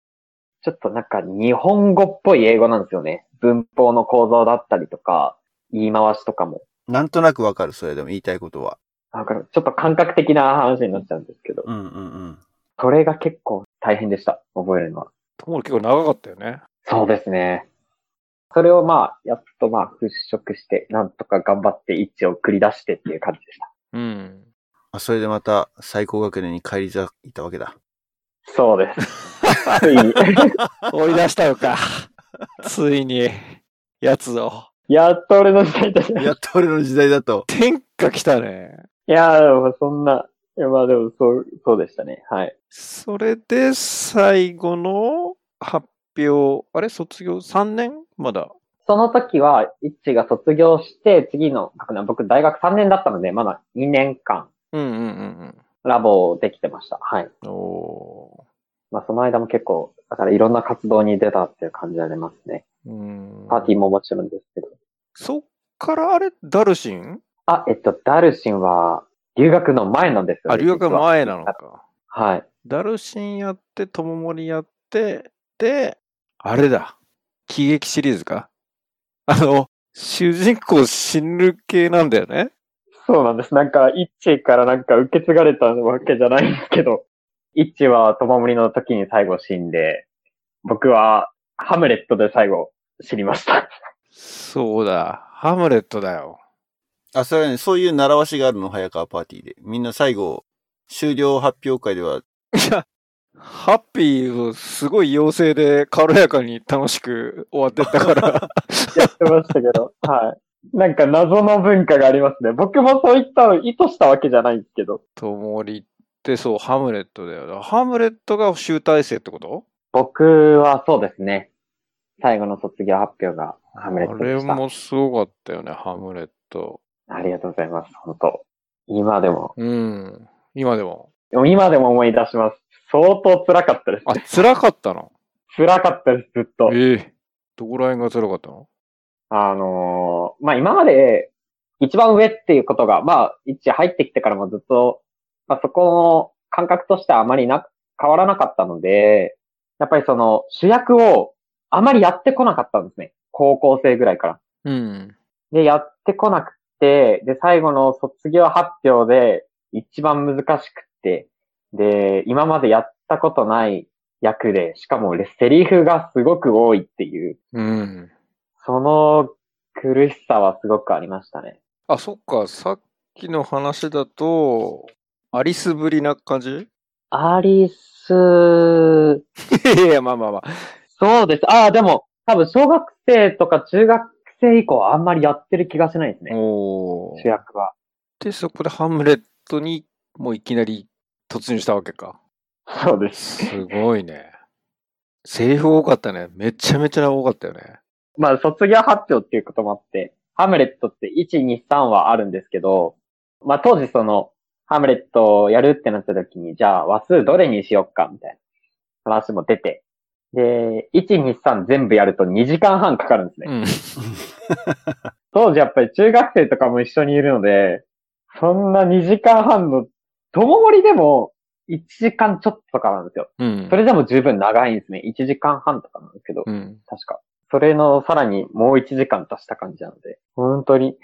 Speaker 3: ちょっとなんか日本語っぽい英語なんですよね。文法の構造だったりとか、言い回しとかも。
Speaker 1: なんとなくわかる、それでも言いたいことは。
Speaker 3: なんかちょっと感覚的な話になっちゃうんですけど、
Speaker 1: うんうんうん。
Speaker 3: それが結構大変でした。覚えるのは。
Speaker 2: ともり結構長かったよね。
Speaker 3: そうですね。それをまあ、やっとまあ払拭して、なんとか頑張って位置を繰り出してっていう感じでした。
Speaker 2: うん。
Speaker 1: あそれでまた最高学年に帰り咲いたわけだ。
Speaker 3: そうです。ついに。
Speaker 2: 追い出したのか。ついに、やつを。
Speaker 3: やっと俺の時代だね。
Speaker 1: やっと俺の時代だと。
Speaker 2: 天下来たね。
Speaker 3: いやー、でもそんな、いやまあでもそう、そうでしたね。はい。
Speaker 2: それで、最後の発表、あれ卒業 ?3 年まだ。
Speaker 3: その時は、イッチが卒業して、次の学年、僕大学3年だったので、まだ2年間、
Speaker 2: うんうんうん
Speaker 3: ラボをできてました。はい。
Speaker 2: うん。おお
Speaker 3: まあ、その間も結構、だからいろんな活動に出たっていう感じありますね。
Speaker 2: ー。うん。
Speaker 3: パーティーももちろんですけど。
Speaker 2: そっからあれ、ダルシン
Speaker 3: あ、えっと、ダルシンは、留学の前なんですよ、
Speaker 2: あ、留学
Speaker 3: 実は
Speaker 2: 前なのか。
Speaker 3: はい。
Speaker 2: ダルシンやって、トモモリやって、で、あれだ。喜劇シリーズか。あの、主人公死ぬ系なんだよね。
Speaker 3: そうなんです。なんか、イッチからなんか受け継がれたわけじゃないんですけど、イッチはトマムリの時に最後死んで、僕はハムレットで最後死にました。
Speaker 2: そうだ。ハムレットだよ。
Speaker 1: あ、それはね、そういう習わしがあるの、早川パーティーで。みんな最後、終了発表会では、
Speaker 2: いや、ハッピーをすごい妖精で軽やかに楽しく終わってったから。
Speaker 3: やってましたけど、はい。なんか謎の文化がありますね。僕もそういったの意図したわけじゃないんですけど。
Speaker 2: ともりって、そう、ハムレットだよ。ハムレットが集大成ってこと
Speaker 3: 僕はそうですね。最後の卒業発表がハムレッ
Speaker 2: あ
Speaker 3: ト
Speaker 2: れ
Speaker 3: でした。
Speaker 2: もすごかったよね、ハムレット。
Speaker 3: ありがとうございます。本当今でも、
Speaker 2: うん。今でも。
Speaker 3: でも今でも思い出します。相当辛かったです。
Speaker 2: あ、辛かったの
Speaker 3: 辛かったです、ずっと。
Speaker 2: ええどこら辺が辛かったの
Speaker 3: あのーまあ、今まで、一番上っていうことが、まあ、一入ってきてからもずっと、まあ、そこの感覚としてはあまりな、変わらなかったので、やっぱりその、主役をあまりやってこなかったんですね。高校生ぐらいから。
Speaker 2: うん。
Speaker 3: で、やってこなくて、で、最後の卒業発表で、一番難しくて、で、今までやったことない役で、しかも俺セリフがすごく多いっていう、
Speaker 2: うん。
Speaker 3: その苦しさはすごくありましたね。
Speaker 2: あ、そっか。さっきの話だと、アリスぶりな感じ
Speaker 3: アリス、
Speaker 2: いやいや、まあまあまあ。
Speaker 3: そうです。ああ、でも、多分小学生とか中学生以降あんまりやってる気がしないですね。
Speaker 2: おー
Speaker 3: 主役は。
Speaker 2: で、そこでハムレットに、もういきなり突入したわけか。
Speaker 3: そうです。
Speaker 2: すごいね。セリフ多かったね。めちゃめちゃ多かったよね。
Speaker 3: まあ、卒業発表っていうこともあって、ハムレットって1、2、3はあるんですけど、まあ当時その、ハムレットをやるってなった時に、じゃあ話数どれにしよっか、みたいな話も出て。で、1、2、3全部やると2時間半かかるんですね。
Speaker 2: うん。
Speaker 3: 当時やっぱり中学生とかも一緒にいるので、そんな2時間半の、とも盛りでも1時間ちょっととかなんですよ。
Speaker 2: うん
Speaker 3: そ。れでも十分長いんですね。1時間半とかなんですけど。
Speaker 2: うん。
Speaker 3: 確か。それのさらにもう1時間足した感じなので、本当に、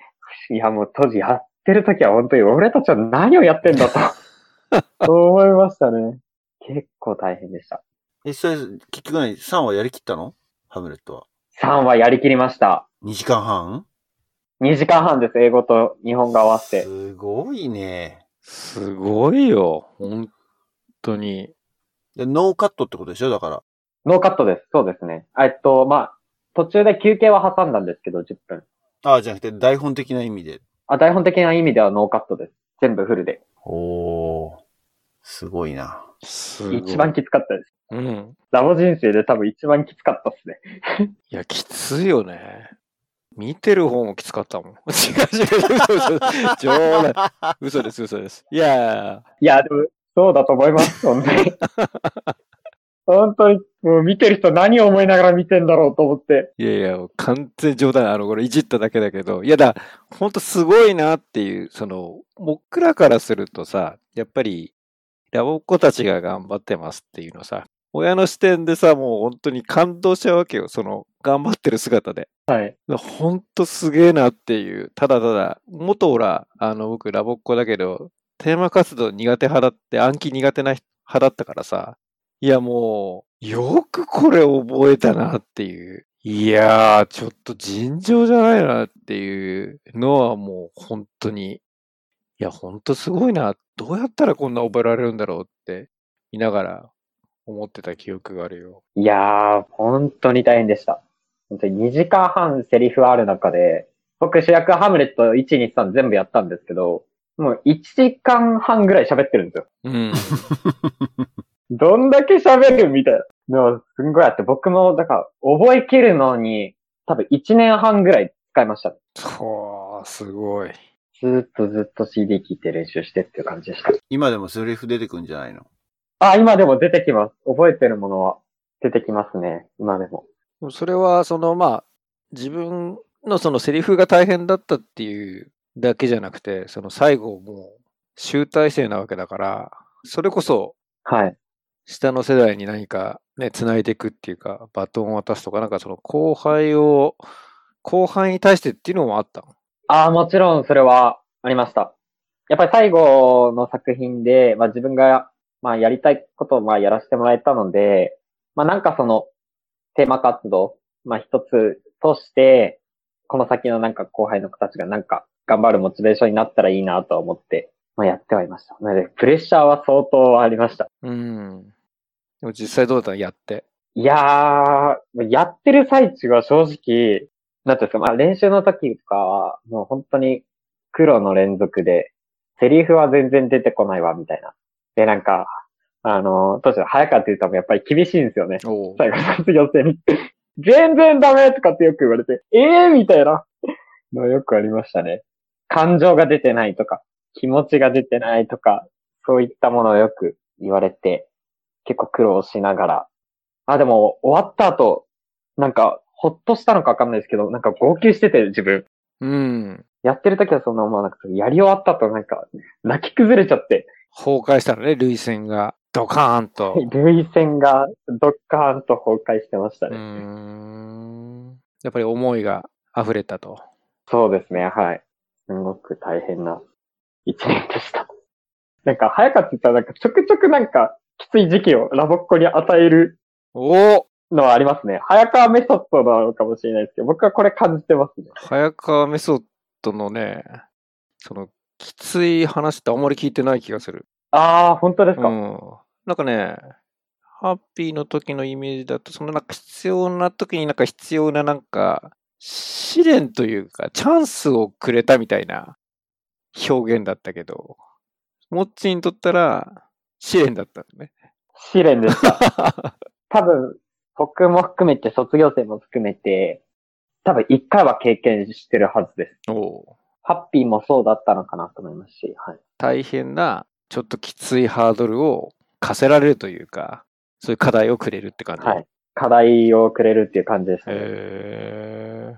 Speaker 3: いやもう当時やってる時は本当に俺たちは何をやってんだ と思いましたね。結構大変でした。
Speaker 1: え、それ、結局何 ?3 はやりきったのハムレットは。
Speaker 3: 3はやりきりました。
Speaker 1: 2時間半
Speaker 3: 2時間半です、英語と日本語合わせて。
Speaker 1: すごいね。
Speaker 2: すごいよ。本当に。
Speaker 1: で、ノーカットってことでしょだから。
Speaker 3: ノーカットです。そうですね。えっと、まあ、途中で休憩は挟んだんですけど、10分。
Speaker 1: ああ、じゃなくて台本的な意味で。
Speaker 3: あ、台本的な意味ではノーカットです。全部フルで。
Speaker 1: おー。すごいな。
Speaker 2: すごい。
Speaker 3: 一番きつかったです。
Speaker 2: うん。
Speaker 3: ラボ人生で多分一番きつかったですね。
Speaker 2: いや、きついよね。見てる方もきつかったもん。違 う違う違う違う。冗談。嘘です、嘘です。いやいやいや
Speaker 3: いや、でも、そうだと思います、本 当に。本当に、もう見てる人何を思いながら見てんだろうと思って。
Speaker 2: いやいや、完全に冗談、あの、これいじっただけだけど、いやだ、ほんとすごいなっていう、その、僕らからするとさ、やっぱり、ラボっ子たちが頑張ってますっていうのさ、親の視点でさ、もう本当に感動しちゃうわけよ、その、頑張ってる姿で。
Speaker 3: はい。
Speaker 2: ほんとすげえなっていう、ただただ、元ほら、あの、僕ラボっ子だけど、テーマ活動苦手派だって、暗記苦手な派だったからさ、いやもう、よくこれ覚えたなっていう、いやー、ちょっと尋常じゃないなっていうのはもう本当に、いや、ほんとすごいな、どうやったらこんな覚えられるんだろうって、見ながら思ってた記憶があるよ。
Speaker 3: いやー、本当に大変でした。本当に2時間半セリフある中で、僕主役ハムレット1、2、3全部やったんですけど、もう1時間半ぐらい喋ってるんですよ。
Speaker 2: うん。
Speaker 3: どんだけ喋るみたいな。でも、すんごいあって、僕も、だから、覚えきるのに、多分1年半ぐらい使いました。
Speaker 2: そう、すごい。
Speaker 3: ずーっとずっと CD 聴いて練習してっていう感じでした。
Speaker 1: 今でもセリフ出てくんじゃないの
Speaker 3: あ、今でも出てきます。覚えてるものは出てきますね。今でも。
Speaker 2: でもそれは、その、まあ、自分のそのセリフが大変だったっていうだけじゃなくて、その最後もう集大成なわけだから、それこそ
Speaker 3: はい。
Speaker 2: 下の世代に何かね、繋いでいくっていうか、バトンを渡すとか、なんかその後輩を、後輩に対してっていうのもあったの
Speaker 3: ああ、もちろんそれはありました。やっぱり最後の作品で、まあ自分が、まあやりたいことをまあやらせてもらえたので、まあなんかそのテーマ活動、まあ一つとして、この先のなんか後輩の子たちがなんか頑張るモチベーションになったらいいなとは思って、まあやってはいました。なので、プレッシャーは相当ありました。
Speaker 2: うん。でも実際どうだったのやって。
Speaker 3: いやー、やってる最中は正直、なんていうんですか、まあ練習の時とかは、もう本当に苦労の連続で、セリフは全然出てこないわ、みたいな。で、なんか、あの、どうしよう、早川って言うともやっぱり厳しいんですよね。
Speaker 2: おう
Speaker 3: 最後の卒業生に。全然ダメとかってよく言われて、ええー、みたいなのよくありましたね。感情が出てないとか、気持ちが出てないとか、そういったものをよく言われて、結構苦労しながら。あ、でも終わった後、なんか、ほっとしたのかわかんないですけど、なんか号泣してて自分。
Speaker 2: うん。
Speaker 3: やってる時はそのままなんか、やり終わった後なんか、泣き崩れちゃって、
Speaker 2: 崩壊したのね、涙腺が。ドカーンと。
Speaker 3: 類線がドッカーンと崩壊してました
Speaker 2: うー
Speaker 3: ね。
Speaker 2: ん。やっぱり思いが溢れたと。
Speaker 3: そうですね、はい。すごく大変な一年でした。 なんか早かったらなんかちょくちょくなんかきつい時期をラボっ子に与える
Speaker 2: おお
Speaker 3: のはありますね。早川メソッドなのかもしれないですけど、僕はこれ感じてますね。
Speaker 2: 早川メソッドのね、その、きつい話ってあんまり聞いてない気がする。
Speaker 3: あー、本当です
Speaker 2: う
Speaker 3: か、
Speaker 2: ん。なんかね、ハッピーの時のイメージだと、そのなんか必要な時になんか必要ななんか、試練というか、チャンスをくれたみたいな表現だったけど、モッチーにとったら試練だったのね。
Speaker 3: 試練でした。 多分、僕も含めて、卒業生も含めて、多分一回は経験してるはずです。
Speaker 2: おお。
Speaker 3: ハッピーもそうだったのかなと思いますし、はい。
Speaker 2: 大変な、ちょっときついハードルを課せられるというか、そういう課題をくれるって感じ。
Speaker 3: はい。課題をくれるっていう感じですね。
Speaker 2: へ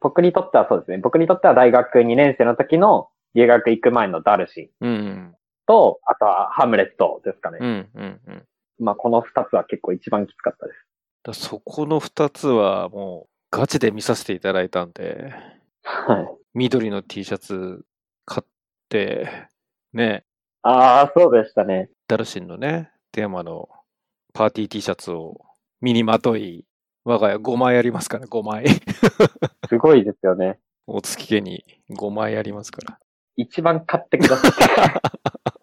Speaker 3: 僕にとってはそうですね。僕にとっては大学2年生の時の留学行く前のダルシ
Speaker 2: ー。うん。
Speaker 3: と、あとはハムレットですかね
Speaker 2: う。んうんうん。だか
Speaker 3: まあこの2つは結構一番きつかったです。
Speaker 2: らそこの2つはもうガチで見させていただいたんで、
Speaker 3: はい。
Speaker 2: 緑の T シャツ買って、ね、
Speaker 3: ああ、そうでしたね。
Speaker 2: ダルシンのね、テーマのパーティー T シャツを身にまとい、我が家5枚ありますから、5枚。
Speaker 3: すごいですよね。
Speaker 2: お月家に5枚ありますから。
Speaker 3: 一番買ってください。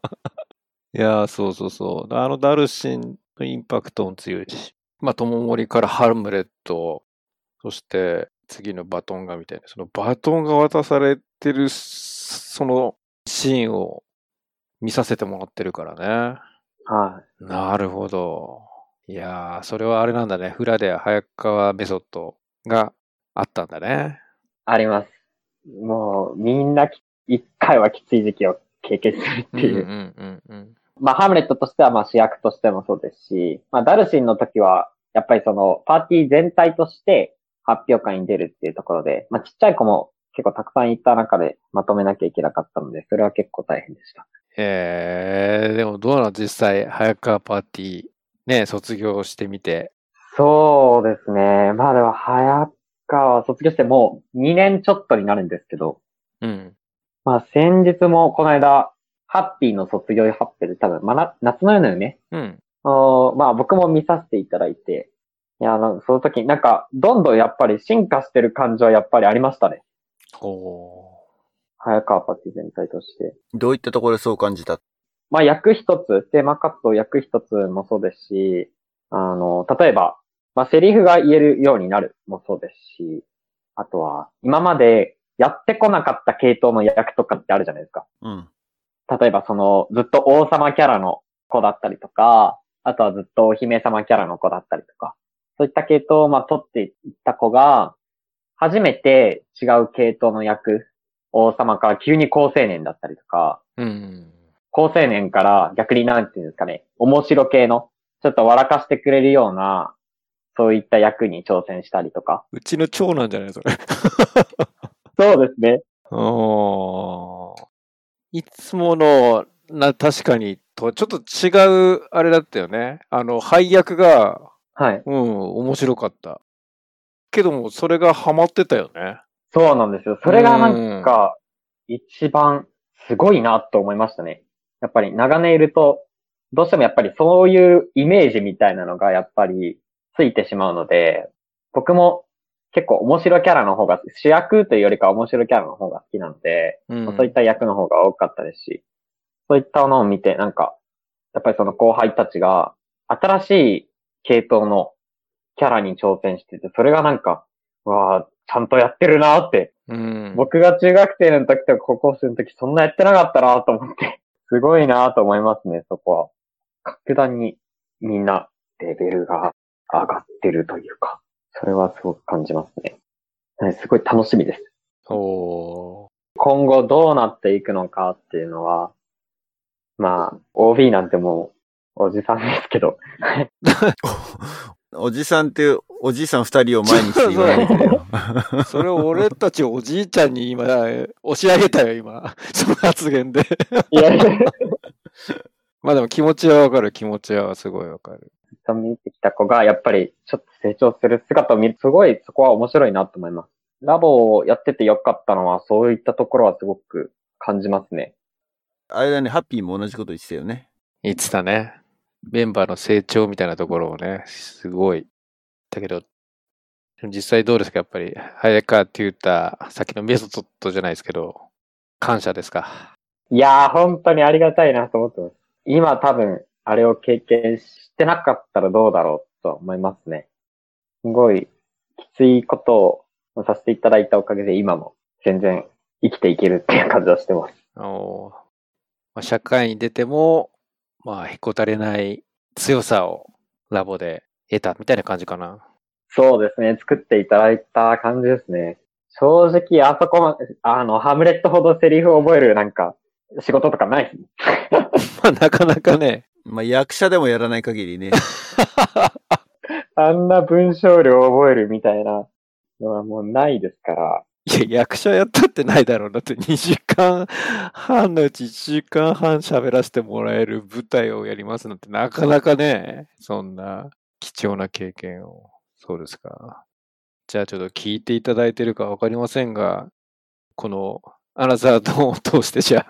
Speaker 2: いやー、そうそうそう。あのダルシンのインパクトも強いし、まあ、とももりからハムレット、そして次のバトンがみたいな、そのバトンが渡されてる、そのシーンを見させてもらってるからね。
Speaker 3: は
Speaker 2: なるほど。いやー、それはあれなんだね。裏で早川メソッドがあったんだね。
Speaker 3: い。あります。もうみんなき一回はきつい時期を経験するって
Speaker 2: うん
Speaker 3: いう。
Speaker 2: うんうんうん。
Speaker 3: まあ、ハムレットとしては、まあ、主役としてもそうですし、まあ、ダルシンの時は、やっぱりその、パーティー全体として発表会に出るっていうところで、まあ、ちっちゃい子も結構たくさんいた中でまとめなきゃいけなかったので、それは結構大変でした。
Speaker 2: えー、でもどうなの実際、早川パーティー、ね、卒業してみて。
Speaker 3: そうですね。まあ、でも、早川は卒業してもう2年ちょっとになるんですけど、
Speaker 2: うん。
Speaker 3: まあ、先日もこの間、ハッピーの卒業発表で多分、まあな、夏の夜の夢
Speaker 2: うん。
Speaker 3: あのまあ僕も見させていただいて、いや、あの、その時になんか、どんどんやっぱり進化してる感じはやっぱりありましたね。
Speaker 2: ほ
Speaker 3: 早川パティ全体として。
Speaker 1: どういったところでそう感じた
Speaker 3: まあ役一つ、テーマ活動役一つもそうですし、あの、例えば、まあセリフが言えるようになるもそうですし、あとは、今までやってこなかった系統の役とかってあるじゃないですか。
Speaker 1: うん。
Speaker 3: 例えばその、ずっと王様キャラの子だったりとか、あとはずっとお姫様キャラの子だったりとか、そういった系統をまあ取っていった子が、初めて違う系統の役、王様から急に高青年だったりとか、
Speaker 2: う。うん。
Speaker 3: 高青年から逆になんていうんですかね、面白系の、ちょっと笑かしてくれるような、そういった役に挑戦したりとか。
Speaker 2: うちの長男じゃない それ。
Speaker 3: そうですね。
Speaker 2: おーいつもの、な、確かに、と、ちょっと違う、あれだったよね。あの、配役が、
Speaker 3: はい。
Speaker 2: うん、面白かった。けども、それがハマってたよね。
Speaker 3: そうなんですよ。それがなんか、一番すごいなと思いましたね。やっぱり長年いると、どうしてもやっぱりそういうイメージみたいなのがやっぱりついてしまうので、僕も結構面白キャラの方が、主役というよりかは面白キャラの方が好きなので、
Speaker 2: うん。
Speaker 3: そういった役の方が多かったですし、そういったのを見てなんか、やっぱりその後輩たちが新しい系統のキャラに挑戦してて、それがなんか、うわあ、ちゃんとやってるなーって
Speaker 2: うん。
Speaker 3: 僕が中学生の時とか高校生の時そんなやってなかったなと思って、すごいなと思いますね、そこは。格段にみんなレベルが上がってるというか、それはすごく感じますね。はいすごい楽しみです。
Speaker 2: おー。
Speaker 3: 今後どうなっていくのかっていうのは、まあ、OB なんてもうおじさんですけど、
Speaker 1: おじさんって、おじさん二人を前にして言わないでくれ よ。
Speaker 2: それを俺たちおじいちゃんに今、押し上げたよ、今。 その発言で。
Speaker 3: いやいや、
Speaker 2: まあでも気持ちはわかる、気持ちはすごいわかる。
Speaker 3: 見てきた子がやっぱりちょっと成長する姿を見る、すごいそこは面白いなと思います。ラボをやっててよかったのは、そういったところはすごく感じますね。
Speaker 1: あれだね、ハッピーも同じこと言ってたよね。
Speaker 2: 言ってたね。メンバーの成長みたいなところをね、すごい。だけど、実際どうですかやっぱり、早川テューター、さっきのメソッドじゃないですけど、感謝ですか。
Speaker 3: いやー、本当にありがたいなと思ってます。今多分、あれを経験してなかったらどうだろうと思いますね。すごい、きついことをさせていただいたおかげで今も全然生きていけるっていう感じはしてます。
Speaker 2: おーまあ、社会に出ても、まあ、へこたれない強さをラボで得たみたいな感じかな。
Speaker 3: そうですね。作っていただいた感じですね。正直、あそこまで、あの、ハムレットほどセリフを覚えるなんか、仕事とかないですね。
Speaker 2: まあ、なかなかね、
Speaker 1: まあ、役者でもやらない限りね。
Speaker 3: あんな文章量を覚えるみたいなのはもうないですから。
Speaker 2: いや、役者やったってないだろう。だって2時間半のうち1時間半喋らせてもらえる舞台をやりますなんてなかなかね、そんな貴重な経験を。そうですか。じゃあちょっと聞いていただいてるかわかりませんが、このアナザードーンを通してじゃあ、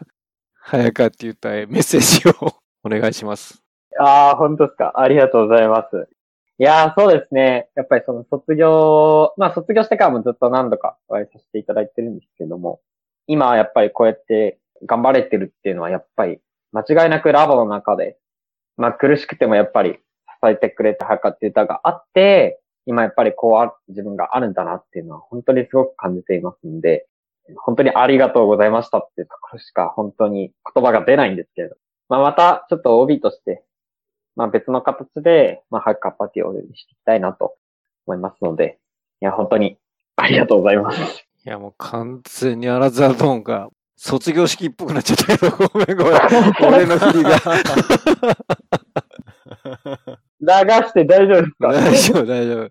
Speaker 2: 早川って言ったメッセージを お願いします。
Speaker 3: ああ、本当ですか。ありがとうございます。いやー、そうですね。やっぱりその卒業、まあ卒業してからもずっと何度かお会いさせていただいてるんですけども、今はやっぱりこうやって頑張れてるっていうのはやっぱり間違いなくラボの中で、まあ苦しくてもやっぱり支えてくれた墓っていう歌があって、今やっぱりこうあ自分があるんだなっていうのは本当にすごく感じていますんで、本当にありがとうございましたっていうところしか本当に言葉が出ないんですけれど。まあまたちょっと OB としてまあ別の形で、まあハッカーパーティーをしていきたいなと思いますので、いや、本当にありがとうござい ます。
Speaker 2: いや、もう完全にアナザードーンが卒業式っぽくなっちゃったけど、ごめんごめん。俺の振りが。
Speaker 3: 流して大丈夫です か
Speaker 2: 大丈夫、大丈夫。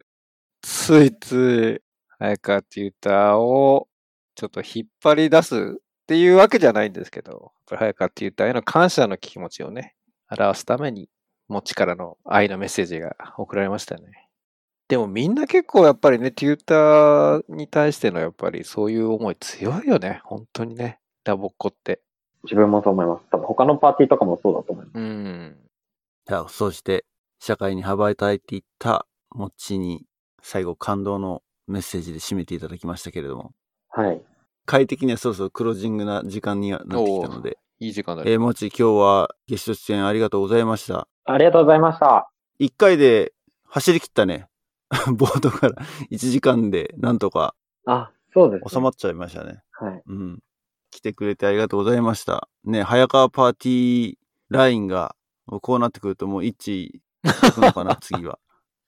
Speaker 2: ついつい、早川っていう歌を、ちょっと引っ張り出すっていうわけじゃないんですけど、やっぱり早川っていう歌への感謝の気持ちをね、表すために、持ちからの愛のメッセージが送られましたね。でもみんな結構やっぱりね、テューターに対してのやっぱりそういう思い強いよね。本当にね。ラボっ子って。
Speaker 3: 自分もそう思います。多分他のパーティーとかもそうだと思います。
Speaker 2: うん。
Speaker 1: じゃ あ、そして、社会に羽ばたいていったモッチーに、最後感動のメッセージで締めていただきましたけれども、
Speaker 3: はい。
Speaker 1: 快適にはそろそろクロージングな時間にはなってきたので、
Speaker 2: いい時間だね。
Speaker 1: えー、モッチー今日はゲスト出演ありがとうございました。
Speaker 3: ありがとうございました。
Speaker 1: 一回で走り切ったね。 冒頭から1時間でなんとか
Speaker 3: あ、そうです、ね。
Speaker 1: 収まっちゃいましたね。
Speaker 3: はい。
Speaker 1: うん。来てくれてありがとうございました。ね、早川パーティーラインが、もうこうなってくるともう一致いくのかな、次は。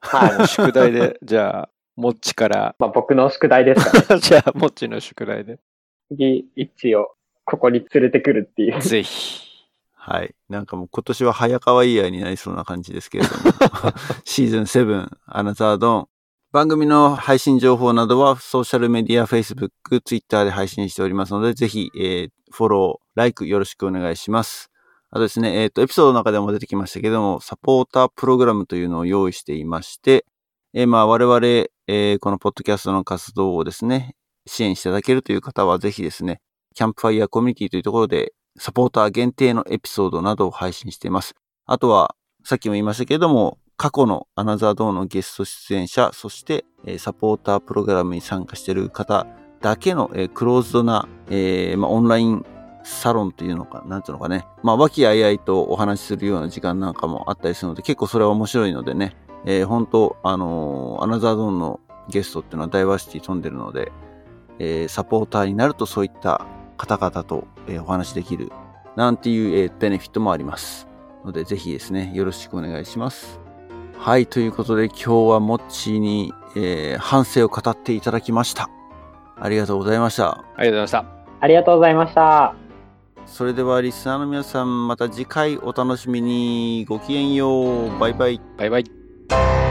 Speaker 3: はい。
Speaker 2: 宿題で、じゃあ、もっちから、
Speaker 3: まあ僕の宿題ですから、ね、
Speaker 2: じゃあ、もっちの宿題で。
Speaker 3: 次、一をここに連れてくるっ て いう。
Speaker 2: ぜひ。
Speaker 1: はい。なんかもう今年は早川イヤーになりそうな感じですけれ ども。シーズン7、アナザードーン。番組の配信情報などはソーシャルメディア、Facebook、Twitter で配信しておりますので、ぜひ、えーフォロー、like よろしくお願いします。あとですね、えっ、と、エピソードの中でも出てきましたけども、サポータープログラムというのを用意していまして、えーまあ、我々、えーこのポッドキャストの活動をですね、支援していただけるという方は、ぜひですね、キャンプファイヤーコミュニティというところで、サポーター限定のエピソードなどを配信しています。あとは、さっきも言いましたけれども、過去のアナザードーンのゲスト出演者、そして、えーサポータープログラムに参加している方だけの、えークローズドな、えーまあ、オンラインサロンというのか、なんていうのかね、まあ、和気あいあいとお話しするような時間なんかもあったりするので、結構それは面白いのでね、えー本当、あのーアナザードーンのゲストっていうのはダイバーシティ飛んでるので、えーサポーターになるとそういった方々と、えーお話しできる、なんていう、えーベネフィットもあります。ので、ぜひですね、よろしくお願いします。はい、ということで今日はモッチーに、えー反省を語っていただきました。ありがとうございました。
Speaker 2: ありがとうございました。
Speaker 3: ありがとうございました。
Speaker 1: それではリスナーの皆さん、また次回お楽しみに。ごきげんよう。バイバイ。
Speaker 2: バイバイ。